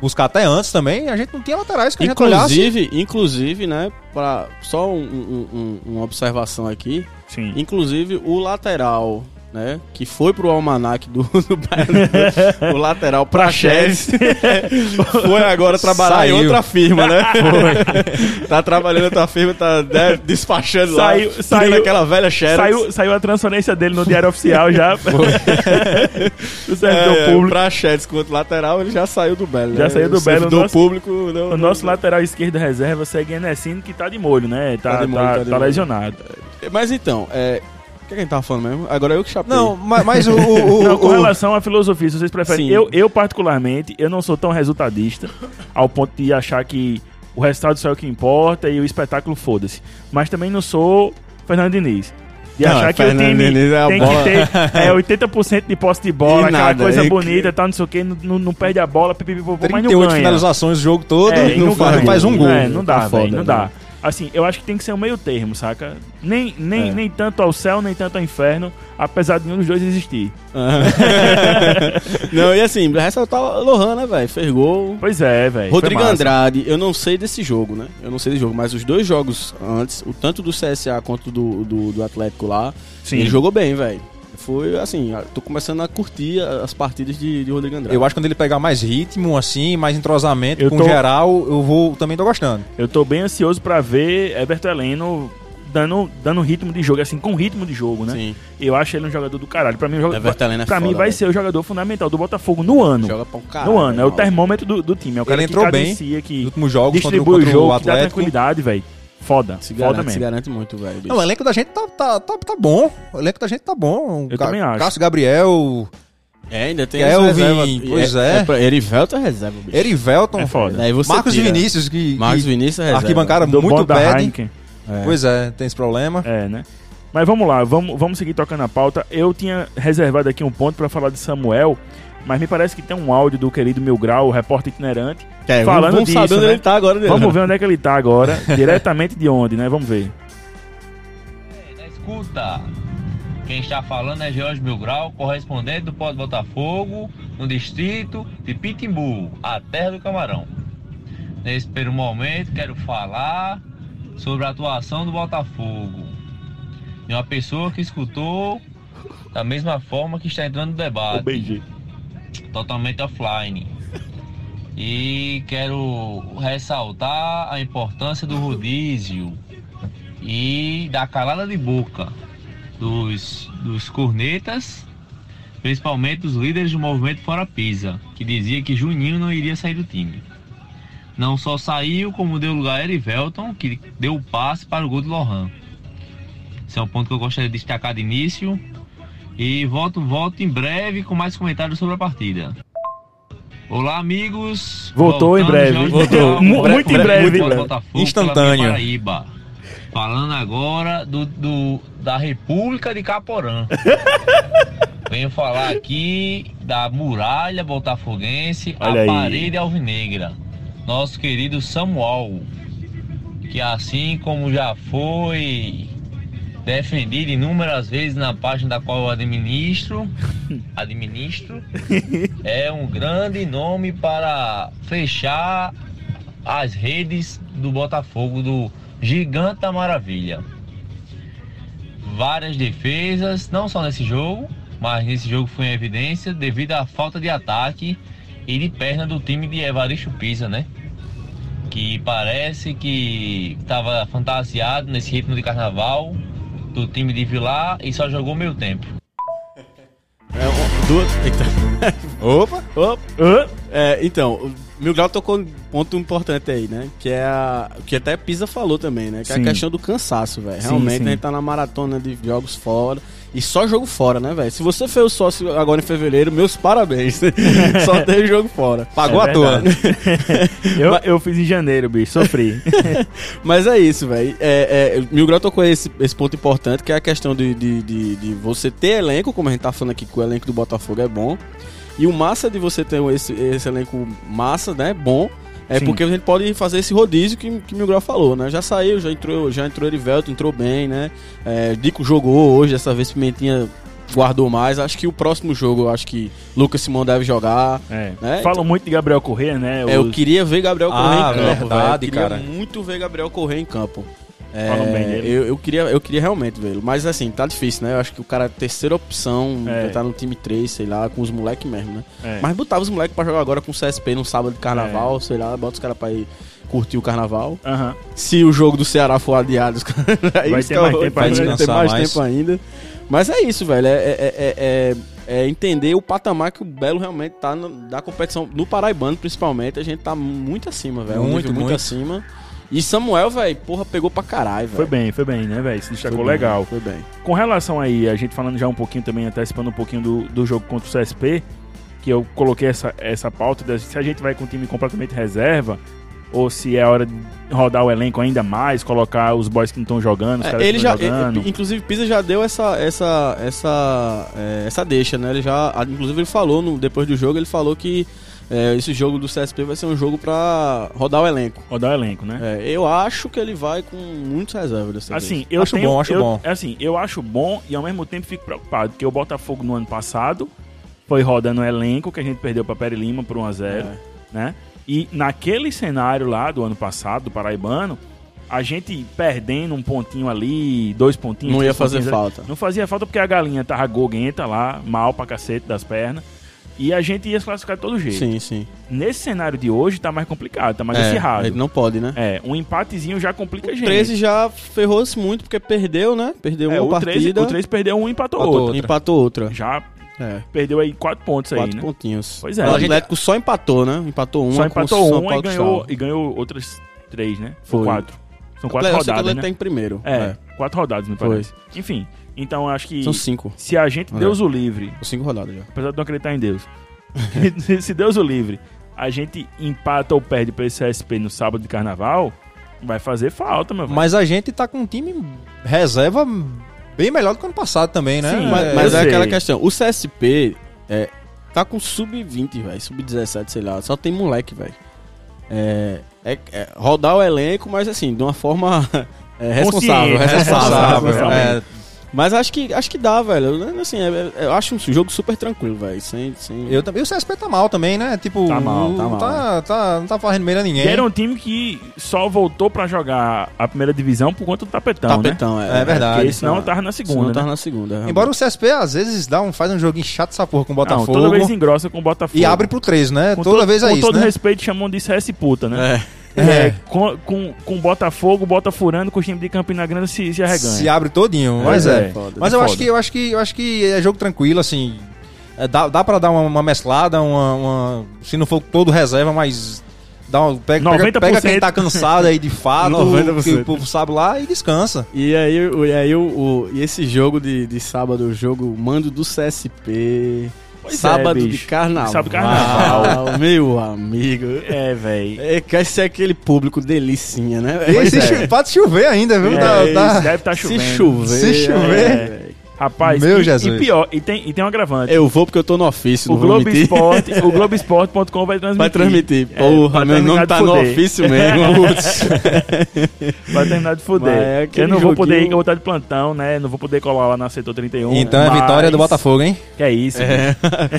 buscar até antes também, a gente não tinha laterais que a gente olhasse.
Inclusive, inclusive, né? Pra, só um- um- um- uma observação aqui.
sim.
Inclusive, o lateral, né? Que foi pro almanac do, do Bayern, o lateral Praxedes, foi agora trabalhar
Saiu.
em outra firma, né? tá trabalhando em outra firma, tá né, despachando
Saiu-
lá.
saiu-
tirando aquela velha Xerox.
Saiu, saiu a transferência dele no Diário Oficial já. do servidor
É,
público.
Praxedes quanto lateral, ele já saiu do Belo.
Já
né?
saiu do
O
Belo,
servidor
o nosso-
público.
O nosso lateral esquerdo reserva segue Enesino, que tá de molho, né? Tá,
Tá de molho,
tá-
tá de
tá
molho.
lesionado.
Mas então, é. O que, é que a gente tava falando mesmo? Agora eu que chapei.
Não, ma- mas, o. o- o-
Não, com
o-
relação à filosofia, se vocês preferem.
Sim.
Eu, eu, particularmente, eu não sou tão resultadista ao ponto de achar que o resultado só é o que importa e o espetáculo foda-se. Mas também não sou Fernando Diniz. De
Não,
achar que o
Fernando
time
Diniz é a
tem
bola.
que ter é, 80% de posse de bola,
E
aquela
nada,
coisa
é que-
bonita, tal, não sei o que, não, não perde a bola, pipipipopô, mas não
38
ganha.
finalizações o jogo todo
É,
e não, faz,
ganha.
não faz um gol.
É, não dá,
Tá
velho,
foda,
não
né?
dá. Assim, eu acho que tem que ser um meio termo, saca? Nem,
É.
nem, nem tanto ao céu, nem tanto ao inferno, apesar de nenhum dos dois existir.
Não, e assim, ressaltar o Lohan, né, velho? Fez gol.
Pois é, velho. foi
Rodrigo
massa.
Andrade, eu não sei desse jogo, né? Eu não sei desse jogo, mas os dois jogos antes, o tanto do CSA quanto do, do, do Atlético lá,
Sim.
ele jogou bem, velho. Foi assim, eu tô começando a curtir as partidas de, de Rodrigo Andrade.
Eu acho que quando ele pegar mais ritmo, assim, mais entrosamento
Eu
com
tô-
geral, eu vou também tô gostando.
Eu tô bem ansioso pra ver Everton Heleno dando, dando ritmo de jogo, assim, com ritmo de jogo, né?
Sim.
Eu acho ele um jogador do caralho. Pra mim, o joga-
Everton Heleno é
pra mim
foda,
vai
velho.
ser o jogador fundamental do Botafogo no ano.
Joga pra um cara.
no ano, é o termômetro do, do time. É o cara
entrou
que
bem
cadencia,
Nos
que
últimos jogos contra, o-
distribui o
contra
jogo,
o
que dá
Atlético.
tranquilidade, velho. Foda,
Se
foda
garante, se
mesmo.
garante muito, velho. bicho.
Não, o elenco da gente tá, tá, tá, tá bom. O elenco da gente tá bom. O
Eu também acho.
Cássio Gabriel,
É, ainda tem
Kelvin,
essa
pois
é.
é.
pra- Erivelto é reserva, bicho.
Erivelton,
É foda.
Daí você
Marcos
tira.
Vinícius, que,
Marcos
que
Vinícius é reserva.
arquibancada
Do
muito
bom da
pede.
Heineken.
É.
Pois é, tem esse problema.
É, né? Mas vamos lá, vamos, vamos seguir tocando a pauta. Eu tinha reservado aqui um ponto pra falar de Samuel, mas me parece que tem um áudio do querido Mil Grau, o repórter itinerante.
É,
Falando
vamos
disso,
saber onde
né?
ele tá agora. né?
Vamos ver onde é que ele tá agora, diretamente de onde, né? Vamos ver.
É, Nesse escuta. Quem está falando é Jorge Milgrau, correspondente do Pode Botafogo, no distrito de Pitimbu, a terra do camarão. Nesse primeiro momento, quero falar sobre a atuação do Botafogo. De uma pessoa que escutou da mesma forma que está entrando no
O
debate
BG.
totalmente offline. E quero ressaltar a importância do rodízio e da calada de boca dos, dos cornetas, principalmente dos líderes do movimento Fora Pisa, que dizia que Juninho não iria sair do time. Não só saiu, como deu lugar a Erivelton, que deu o passe para o gol de Lohan. Esse é um ponto que eu gostaria de destacar de início. E volto, volto em breve com mais comentários sobre a partida. Olá, amigos.
Voltou
Voltando,
em breve.
Jorge
Voltou.
Vidal,
Mu- muito em breve.
Botafogo,
Muito em breve.
Botafogo,
Instantâneo.
pela Paraíba. Falando agora do, do- da República de Caporã. Venho falar aqui da muralha botafoguense,
Olha
a
aí.
parede alvinegra. Nosso querido Samuel, que assim como já foi defendido inúmeras vezes na página da qual eu administro, administro, é um grande nome para fechar as redes do Botafogo do Gigante da Maravilha. Várias defesas, não só nesse jogo, mas nesse jogo foi em evidência devido à falta de ataque e de perna do time de Evaristo Pisa, né? Que parece que estava fantasiado nesse ritmo de carnaval do time de Vilar e só jogou meio tempo.
É, um- duas. Eita.
Opa!
Op, op.
É, então, o Mil Grau tocou um ponto importante aí, né? Que é a. Que até Pisa falou também, né? Que é a
Sim.
questão do cansaço, velho.
Sim,
Realmente,
sim.
né, a gente tá na maratona de jogos fora. E só jogo fora, né, velho? Se você fez o sócio agora em fevereiro, meus parabéns. só teve jogo fora.
Pagou à toa.
É
né?
Eu, eu fiz em janeiro, bicho. Sofri.
Mas é isso, velho. É, é, Mil Grau tocou esse, esse ponto importante, que é a questão de, de, de, de você ter elenco, como a gente tá falando aqui, que o elenco do Botafogo é bom. E o massa de você ter esse, esse elenco massa, né? Bom. É
Sim.
porque a gente pode fazer esse rodízio que, que Mil Grau falou, né? Já saiu, já entrou, já entrou Erivelto, entrou bem, né? É, Dico jogou hoje, dessa vez Pimentinha guardou mais. Acho que o próximo jogo, eu acho que Lucas Simão deve jogar.
É. Falam muito de Gabriel Corrêa, né?
então. É, eu
Os-
queria ver Gabriel
Ah,
correr em campo. velho.
verdade,
eu queria
cara.
muito ver Gabriel correr em campo. É,
Falam bem dele.
Eu, eu queria, eu queria realmente vê-lo. Mas assim, tá difícil, né? Eu acho que o cara é a terceira opção,
É.
é. tá no time 3, sei lá, com os moleques mesmo, né?
É.
Mas botava os moleques pra jogar agora com o CSP num sábado de carnaval, sei lá, bota os caras pra ir curtir o carnaval.
Aham.
Se o jogo do Ceará for adiado, os caras aí
Vai
os
ter
caras
mais
vão-
tempo
vai
ainda.
ter mais,
Descansar
tempo ainda. Mas é isso, velho. É, é- é- é- é entender o patamar que o Belo realmente tá no- da competição. No Paraibano, principalmente, a gente tá muito acima, velho. É um
Muito,
nível
muito.
acima. E Samuel, velho, porra, pegou pra caralho, velho.
Foi bem, foi bem, né, velho? Se destacou
bem,
legal.
é. Foi bem.
Com relação aí, a gente falando já um pouquinho também, antecipando um pouquinho do, do jogo contra o CSP, que eu coloquei essa, essa pauta de se a gente vai com o time completamente reserva, ou se é hora de rodar o elenco ainda mais, colocar os boys que não estão jogando, os
É,
caras
ele
que não
já,
estão jogando.
e- inclusive, Pisa já deu essa, essa, essa, é, essa deixa, né? Ele já, ah, inclusive, ele falou no- depois do jogo, ele falou que é, esse jogo do CSP vai ser um jogo pra rodar o elenco.
Rodar o elenco, né?
É, eu acho que ele vai com muitas reservas dessa vez.
Assim, eu
Acho
tenho-
bom, acho
eu-
bom.
Assim, eu acho bom e ao mesmo tempo fico preocupado, porque o Botafogo no ano passado foi rodando o elenco que a gente perdeu para Peri Lima por 1 a 0,
É.
né? E naquele cenário lá do ano passado, do Paraibano, a gente perdendo um pontinho ali, dois pontinhos,
Não ia
três
fazer
pontinhos ali,
falta.
não fazia falta porque a galinha tava goguenta lá, mal pra cacete das pernas. E a gente ia se classificar de todo jeito.
Sim, sim.
Nesse cenário de hoje tá mais complicado, tá mais
É,
acirrado.
ele não pode, né?
É, um empatezinho já complica a
O
gente.
13 já ferrou-se muito porque perdeu, né? Perdeu
É,
uma
o 13,
partida,
o 13 perdeu um e empatou
Empatou
outro.
outra.
empatou outra.
Já
É,
perdeu aí quatro pontos aí,
quatro
né?
pontinhos.
Pois é.
o
A gente-
Atlético só empatou, né? Empatou uma
Só
com o
empatou
São
um
Paulo
e ganhou,
Cristal.
e ganhou outras três, né?
Foi.
Quatro. São quatro
Eu sei que o
rodadas,
Atlético
né?
tá em primeiro.
É, quatro rodadas, me
Foi.
parece. Enfim, então acho que
São cinco.
se a gente,
É.
Deus o livre,
Cinco rodadas já.
apesar de não acreditar em Deus, se- se Deus o livre, a gente empata ou perde pra esse SP no sábado de carnaval, vai fazer falta, meu velho.
Mas a gente tá com um time reserva bem melhor do que ano passado também, né?
Sim,
Mas,
É,
mas
eu
é
sei.
aquela questão. O CSP é, tá com sub-20, velho. Sub-17, sei lá. Só tem moleque, velho. É, é- é rodar o elenco, mas assim, de uma forma é, responsável.
Consciente,
responsável.
responsável.
É,
É,
Mas acho que, acho que dá, velho. Eu, Assim, eu, eu acho um jogo super tranquilo, velho. Sem, sem...
Eu também. E o CSP tá mal também, né? Tipo,
Tá mal, tá
não
mal.
Tá, tá- não tá fazendo meio a ninguém.
é.
E era um time que só voltou pra jogar a primeira divisão por conta do tapetão, né?
tapetão,
É verdade.
Porque senão tava na segunda,
Senão tava
né?
na segunda. é, realmente.
Embora o CSP às vezes dá um, faz um joguinho chato essa porra com o
Não,
Botafogo.
toda vez engrossa com o Botafogo.
E abre pro 3, né?
Com
toda
todo-
vez é
Com
isso,
todo
né?
respeito, chamam de CS puta, né?
É.
É, com, com, com Botafogo, Botafurando, com o time de Campina Grande se, se arreganha.
Se abre todinho, mas é.
é.
Foda.
Mas eu
Foda.
acho que eu acho que eu acho que é jogo tranquilo, assim. É, dá, dá pra dar uma, uma mesclada, uma, uma- Se não for todo reserva, mas. Dá uma, pega, pega,
90%.
pega quem tá cansado aí de fato,
90%.
que o povo sabe lá e descansa.
E aí, o- e aí o, o- e esse jogo de, de sábado, o jogo mando do CSP.
Pois é,
sábado de
bicho.
carnaval.
Sábado de carnaval.
Ah, Meu amigo.
É, velho.
É, quer ser aquele público delicinha, né?
E
velho?
se cho- pode chover ainda, viu?
É,
Tá-
isso,
tá-
Deve estar tá
Se
chovendo.
chover.
Se chover.
é, velho.
Rapaz,
Meu
e,
Jesus.
e pior, e tem, e tem um agravante.
eu vou porque eu tô no ofício,
o
não vou
Globo
mentir.
Esporte, o Globoesporte.com vai transmitir.
Vai transmitir.
É,
Porra,
vai
meu
terminar
nome
de
tá no
fuder.
ofício mesmo. Putz.
Vai terminar de foder.
Mas é aquele
eu não vou
joguinho-
poder ir, que eu vou estar de plantão, né? Não vou poder colar lá na setor 31.
Então é
mas-
vitória do Botafogo, hein?
Que é isso.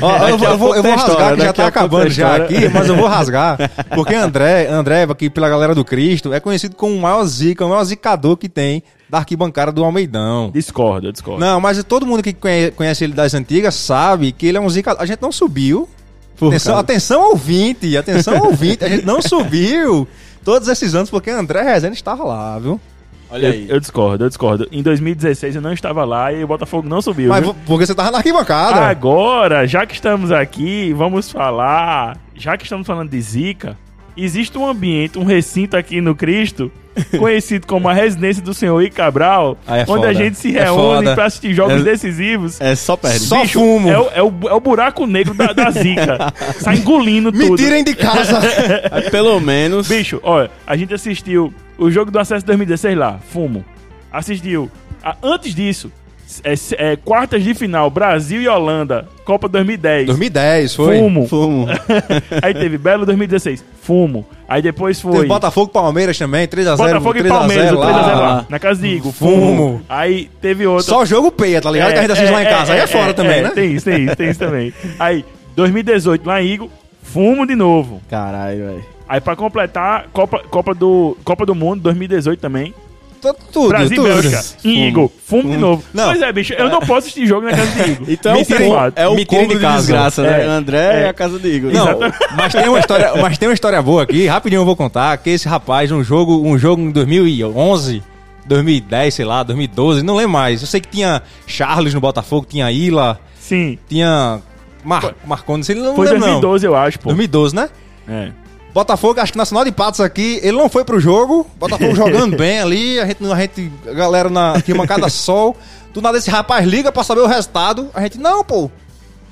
Ó, ó,
Daqui
eu, vou,
a
eu vou-
pouco
eu vou
tem
rasgar,
história,
que já
daqui
tá
a pouco tem
acabando já
história.
aqui, mas eu vou rasgar. Porque André, André, aqui pela galera do Cristo, é conhecido como o maior zica, o maior zicador que tem da arquibancada do Almeidão.
Discordo, eu discordo.
Não, mas todo mundo que conhe- conhece ele das antigas sabe que ele é um zicador. A gente não subiu. Atenção, atenção ouvinte, atenção ouvinte, a gente não subiu todos esses anos porque André Rezende estava lá, viu?
Olha aí.
Eu, eu discordo, eu discordo. Em 2016 eu não estava lá e o Botafogo não subiu.
Mas né?
viu?
vo- porque você tava na arquibancada.
Ah, Agora, já que estamos aqui, vamos falar. Já que estamos falando de Zika, existe um ambiente, um recinto aqui no Cristo, conhecido como a residência do senhor I. Cabral,
Ah, é
onde
foda.
a gente se
É
reúne
foda.
para assistir jogos
É-
decisivos.
É só perde.
Só fumo.
É, o, é o- é o buraco negro da, da Zika. Sai engolindo
Me
tudo.
tirem de casa.
Aí, Pelo menos.
Bicho, olha, a gente assistiu o jogo do acesso 2016 lá, fumo. Assistiu. a- antes disso, é, é, quartas de final, Brasil e Holanda, Copa 2010.
2010 foi.
Fumo.
Fumo.
Aí teve Belo 2016, fumo. Aí depois foi
Teve Botafogo e Palmeiras também, 3x0.
Botafogo e Palmeiras, o 3x0 lá,
lá.
na casa de Igor,
Fumo.
fumo. Aí teve outro.
Só jogo peia, tá ligado? que a gente assiste lá em casa. Aí é fora também, né?
Tem isso, tem isso, tem isso também. Aí, 2018, lá em Igor, fumo de novo.
Caralho, velho.
Aí pra completar, Copa, Copa, do, Copa do Mundo 2018 também.
Tô- Tudo,
Brasil e
tudo.
Bélgica. Em Igor, fumo, de novo.
Não. um
Pois é, bicho, eu não posso assistir jogo na casa de Igor.
Então
Me tirem
é o,
quatro.
é o
Me tirem
combo
de
de
casa.
desgraça, né?
É.
André é
É.
a casa do Igor.
Não, mas tem, uma história, mas tem uma história boa aqui, rapidinho eu vou contar, que esse rapaz, um jogo, um jogo em 2011, 2010, sei lá, 2012, não lembro mais. Eu sei que tinha Charles no Botafogo, tinha Ila,
Sim.
tinha Mar Marconi, sei lá, não
Foi
lembro
2012, eu acho, pô.
não. 2012, né?
É.
Botafogo, acho que Nacional de Patos aqui, ele não foi pro jogo. Botafogo jogando bem ali, a gente, a gente a galera na arquibancada sol. Do nada esse rapaz liga pra saber o resultado. A gente, não, pô.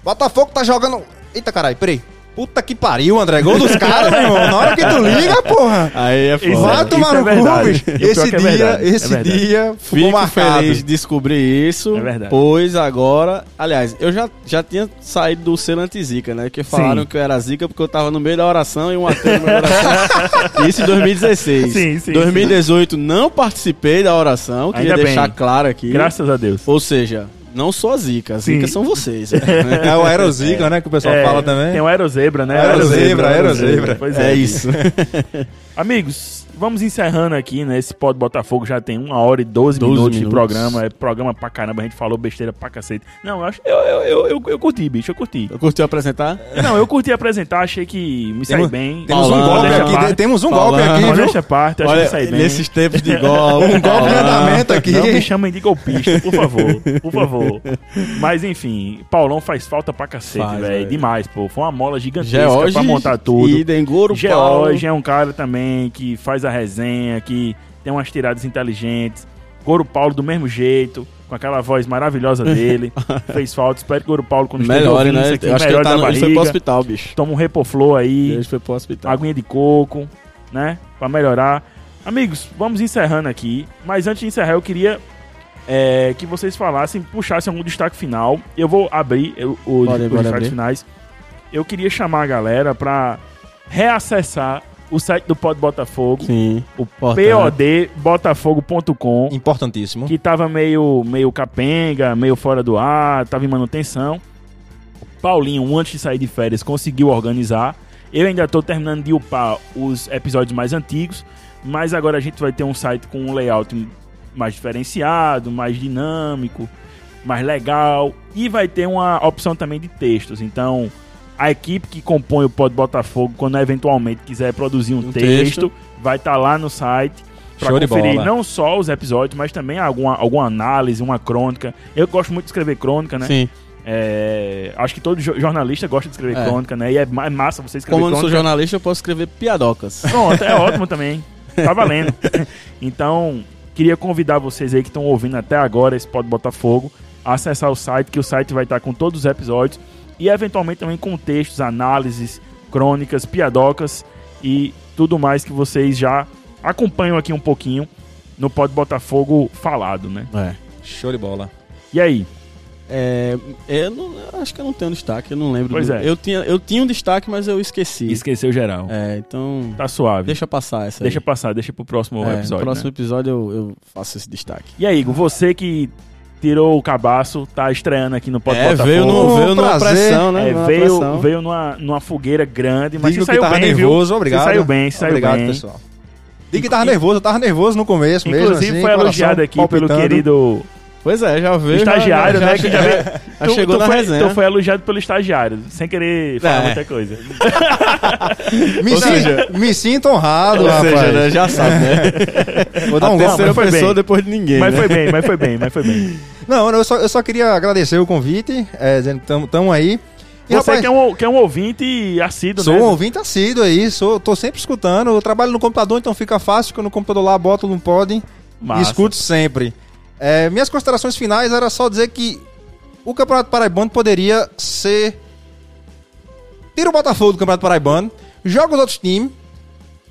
Botafogo tá jogando. Eita caralho, peraí. Puta que pariu, André. Gol dos caras, meu irmão. Na hora que tu liga, porra.
Aí é
Isso
Vai
é-
foda.
tomar
isso é
no cu,
verdade.
bicho.
E o pior
Esse
que é
dia,
verdade, é
esse
verdade.
dia ficou
Fico
marcado.
feliz de descobrir isso.
É verdade.
Pois agora. Aliás, eu já, já tinha saído do selo anti-zica, né? Que falaram
Sim.
que eu era zica porque eu tava no meio da oração e um ateu na oração. isso em 2016.
Sim, sim,
2018 não participei da oração, queria
Ainda bem.
deixar claro aqui.
Graças a Deus.
Ou seja, não sou a zica, as
Sim.
zicas são vocês. né?
É o Aerozigla, né? Que o pessoal
É,
fala também.
Tem o Aerozebra, né?
Aerozebra, Aerozebra.
Pois é.
É isso.
Amigos, vamos encerrando aqui, né? Esse Pod Botafogo já tem uma hora e 12,
12
minutos, de
minutos.
programa. É programa pra caramba, a gente falou besteira pra cacete. Não, eu acho. Eu, eu, eu, eu, eu curti, bicho, eu curti.
Curtiu apresentar?
Não, eu curti apresentar, achei que me saí
Temos-
bem.
Temos um
Paulão,
Modéstia
golpe
deixa
à
aqui,
parte.
temos um golpe
Paulão.
aqui, viu?
Modéstia à parte, eu acho que
Olha,
me saí bem.
nesses tempos de golpe.
Um golpe de andamento aqui.
Ah, Não me chamem de golpista, por favor. Por favor. Mas enfim, Paulão faz falta pra cacete,
Faz,
velho.
velho.
Demais, pô. Foi uma mola gigantesca
George
pra montar tudo.
E Dengoro Paulo.
George é um cara também que faz a resenha, que tem umas tiradas inteligentes. Goro Paulo do mesmo jeito, com aquela voz maravilhosa dele. Fez falta. Espero que Goro Paulo, quando esteja
Melhor,
ouvindo
né?
isso aqui,
Eu acho que
melhore
ele,
da
tá no, ele foi pro
barriga.
hospital, bicho.
Toma um Repoflow aí,
Ele foi pro hospital.
Tá. aguinha de coco, né? Pra melhorar. Amigos, vamos encerrando aqui. Mas antes de encerrar, eu queria é, que vocês falassem, puxassem algum destaque final. Eu vou abrir eu- o-
Pode,
os
pode
destaques
abrir.
finais. Eu queria chamar a galera pra reacessar o site do Pod Botafogo,
Sim.
o
Importante.
podbotafogo.com,
Importantíssimo.
que tava meio, meio capenga, meio fora do ar, tava em manutenção. O Paulinho, antes de sair de férias, conseguiu organizar. Eu ainda tô terminando de upar os episódios mais antigos, mas agora a gente vai ter um site com um layout mais diferenciado, mais dinâmico, mais legal e vai ter uma opção também de textos. Então, a equipe que compõe o Pod Botafogo, quando eventualmente quiser produzir um,
Um
texto,
texto.
vai estar lá no site para
Show de
conferir
bola.
não só os episódios, mas também alguma, alguma análise, uma crônica. Eu gosto muito de escrever crônica, né?
Sim.
É, acho que todo jo- jornalista gosta de escrever
É.
crônica, né? E é ma- massa você escrever
Como eu não
crônica.
sou jornalista, eu posso escrever piadocas.
Pronto, é ótimo também. Tá valendo. Então, queria convidar vocês aí que estão ouvindo até agora esse Pode Botafogo a acessar o site, que o site vai estar com todos os episódios e eventualmente também com textos, análises, crônicas, piadocas e tudo mais que vocês já acompanham aqui um pouquinho no Pode Botafogo falado, né?
É.
Show de bola.
E aí?
É, eu, não- eu acho que eu não tenho destaque, eu não lembro.
Pois
do-
é.
Eu tinha, eu tinha um destaque, mas eu esqueci.
Esqueceu geral.
É, então.
Tá suave. Deixa,
Deixa passar essa. aí.
passar, deixa pro próximo
É,
episódio.
No próximo
né?
episódio eu, eu faço esse destaque.
E aí, Igor, você que tirou o cabaço, tá estreando aqui no Pode
é,
Botafogo.
veio, no,
Um
veio numa
prazer.
pressão, né?
É,
Numa
veio,
pressão.
veio numa, numa fogueira grande, mas
Digo
você saiu
que tava
bem, viu?
nervoso, obrigado.
Você saiu bem, você saiu
obrigado,
bem.
pessoal. Digo que tava nervoso, eu tava nervoso no começo mesmo.
Inclusive foi
assim, coração
elogiado aqui pelo
palpitando.
querido
Pois é, já veio. já-
estagiário,
já-
né? Que já veio-
já chegou na
foi,
resenha.
tu foi elogiado pelo estagiário, sem querer falar
É.
muita coisa.
Me,
seja-
sinto, me sinto honrado,
Ou
rapaz.
seja, né, já sabe, né?
Vou dar um
a
golpe.
terceira
foi
pessoa
bem.
depois de ninguém.
mas
né?
foi bem, mas foi bem, mas foi bem.
Não, não, eu só, eu só queria agradecer o convite, é, dizendo que tamo, tamo aí. E,
Você
rapaz,
que, é um, que é um ouvinte assíduo,
sou
né?
um ouvinte assíduo aí, sou, tô sempre escutando. Eu trabalho no computador, então fica fácil, que eu no computador lá boto não podem.
Massa.
Escuto sempre. É, minhas considerações finais era só dizer que o Campeonato Paraibano poderia ser. Tira o Botafogo do Campeonato Paraibano, joga os outros times,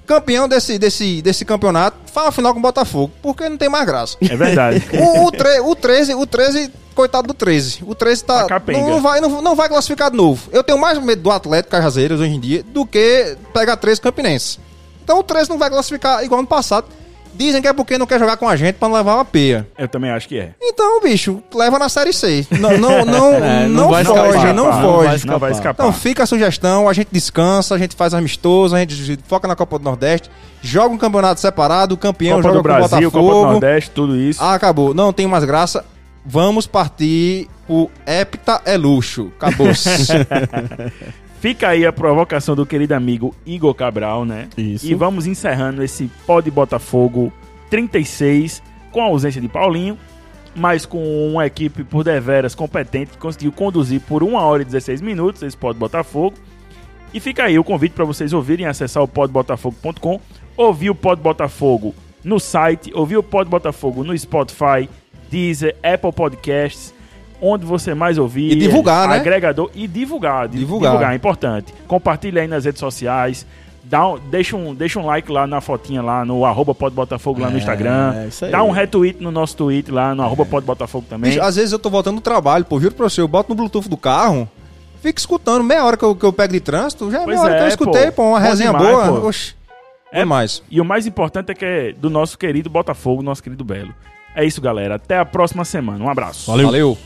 campeão desse, desse, desse campeonato, fala a final com o Botafogo, porque não tem mais graça.
É verdade.
O, o, tre- o 13, o 13, coitado do 13. O 13 tá.
Tá capenga.
não, vai, não, não vai classificar de novo. Eu tenho mais medo do Atlético Cajazeiras hoje em dia do que pegar 13 Campinense. Então o 13 não vai classificar igual ano passado. Dizem que é porque não quer jogar com a gente pra não levar uma peia.
Eu também acho que é.
Então, bicho, leva na série C. Não, não, não,
É,
não,
vai
foge,
escapar,
não
pá.
foge.
Não vai escapar.
Então fica a sugestão, a gente descansa, a gente faz amistoso, a gente foca na Copa do Nordeste, joga um campeonato separado, o campeão
Copa
joga
do Brasil,
com o um Botafogo.
Copa do Nordeste, tudo isso.
Ah, acabou. Não tem mais graça. Vamos partir. O Hepta é luxo. Acabou.
Fica aí a provocação do querido amigo Igor Cabral, né?
Isso.
E vamos encerrando esse Pod Botafogo 36, com a ausência de Paulinho, mas com uma equipe por deveras competente que conseguiu conduzir por 1 hora e 16 minutos esse Pod Botafogo. E fica aí o convite para vocês ouvirem, acessar o podbotafogo.com, ouvir o Pod Botafogo no site, ouvir o Pod Botafogo no Spotify, Deezer, Apple Podcasts, onde você mais ouvir.
E divulgar, né?
Agregador e divulgar. di-
Divulgar.
divulgar é importante. Compartilha aí nas redes sociais. Dá um, deixa, um, deixa um like lá na fotinha lá no arroba podbotafogo lá no
É,
Instagram.
é isso aí. É.
Dá um retweet no nosso tweet lá no arroba podbotafogo também.
Bicho, às vezes eu tô voltando do trabalho, pô, juro pra você, eu boto no Bluetooth do carro, fico escutando, meia hora que eu, que eu pego de trânsito, já é
Pois
meia hora que
é,
eu escutei,
pô.
pô, uma
Bom
resenha
demais,
boa.
pô.
Oxi,
É-
é mais.
E o mais importante é que é do nosso querido Botafogo, nosso querido Belo. É isso, galera. Até a próxima semana. Um abraço.
Valeu.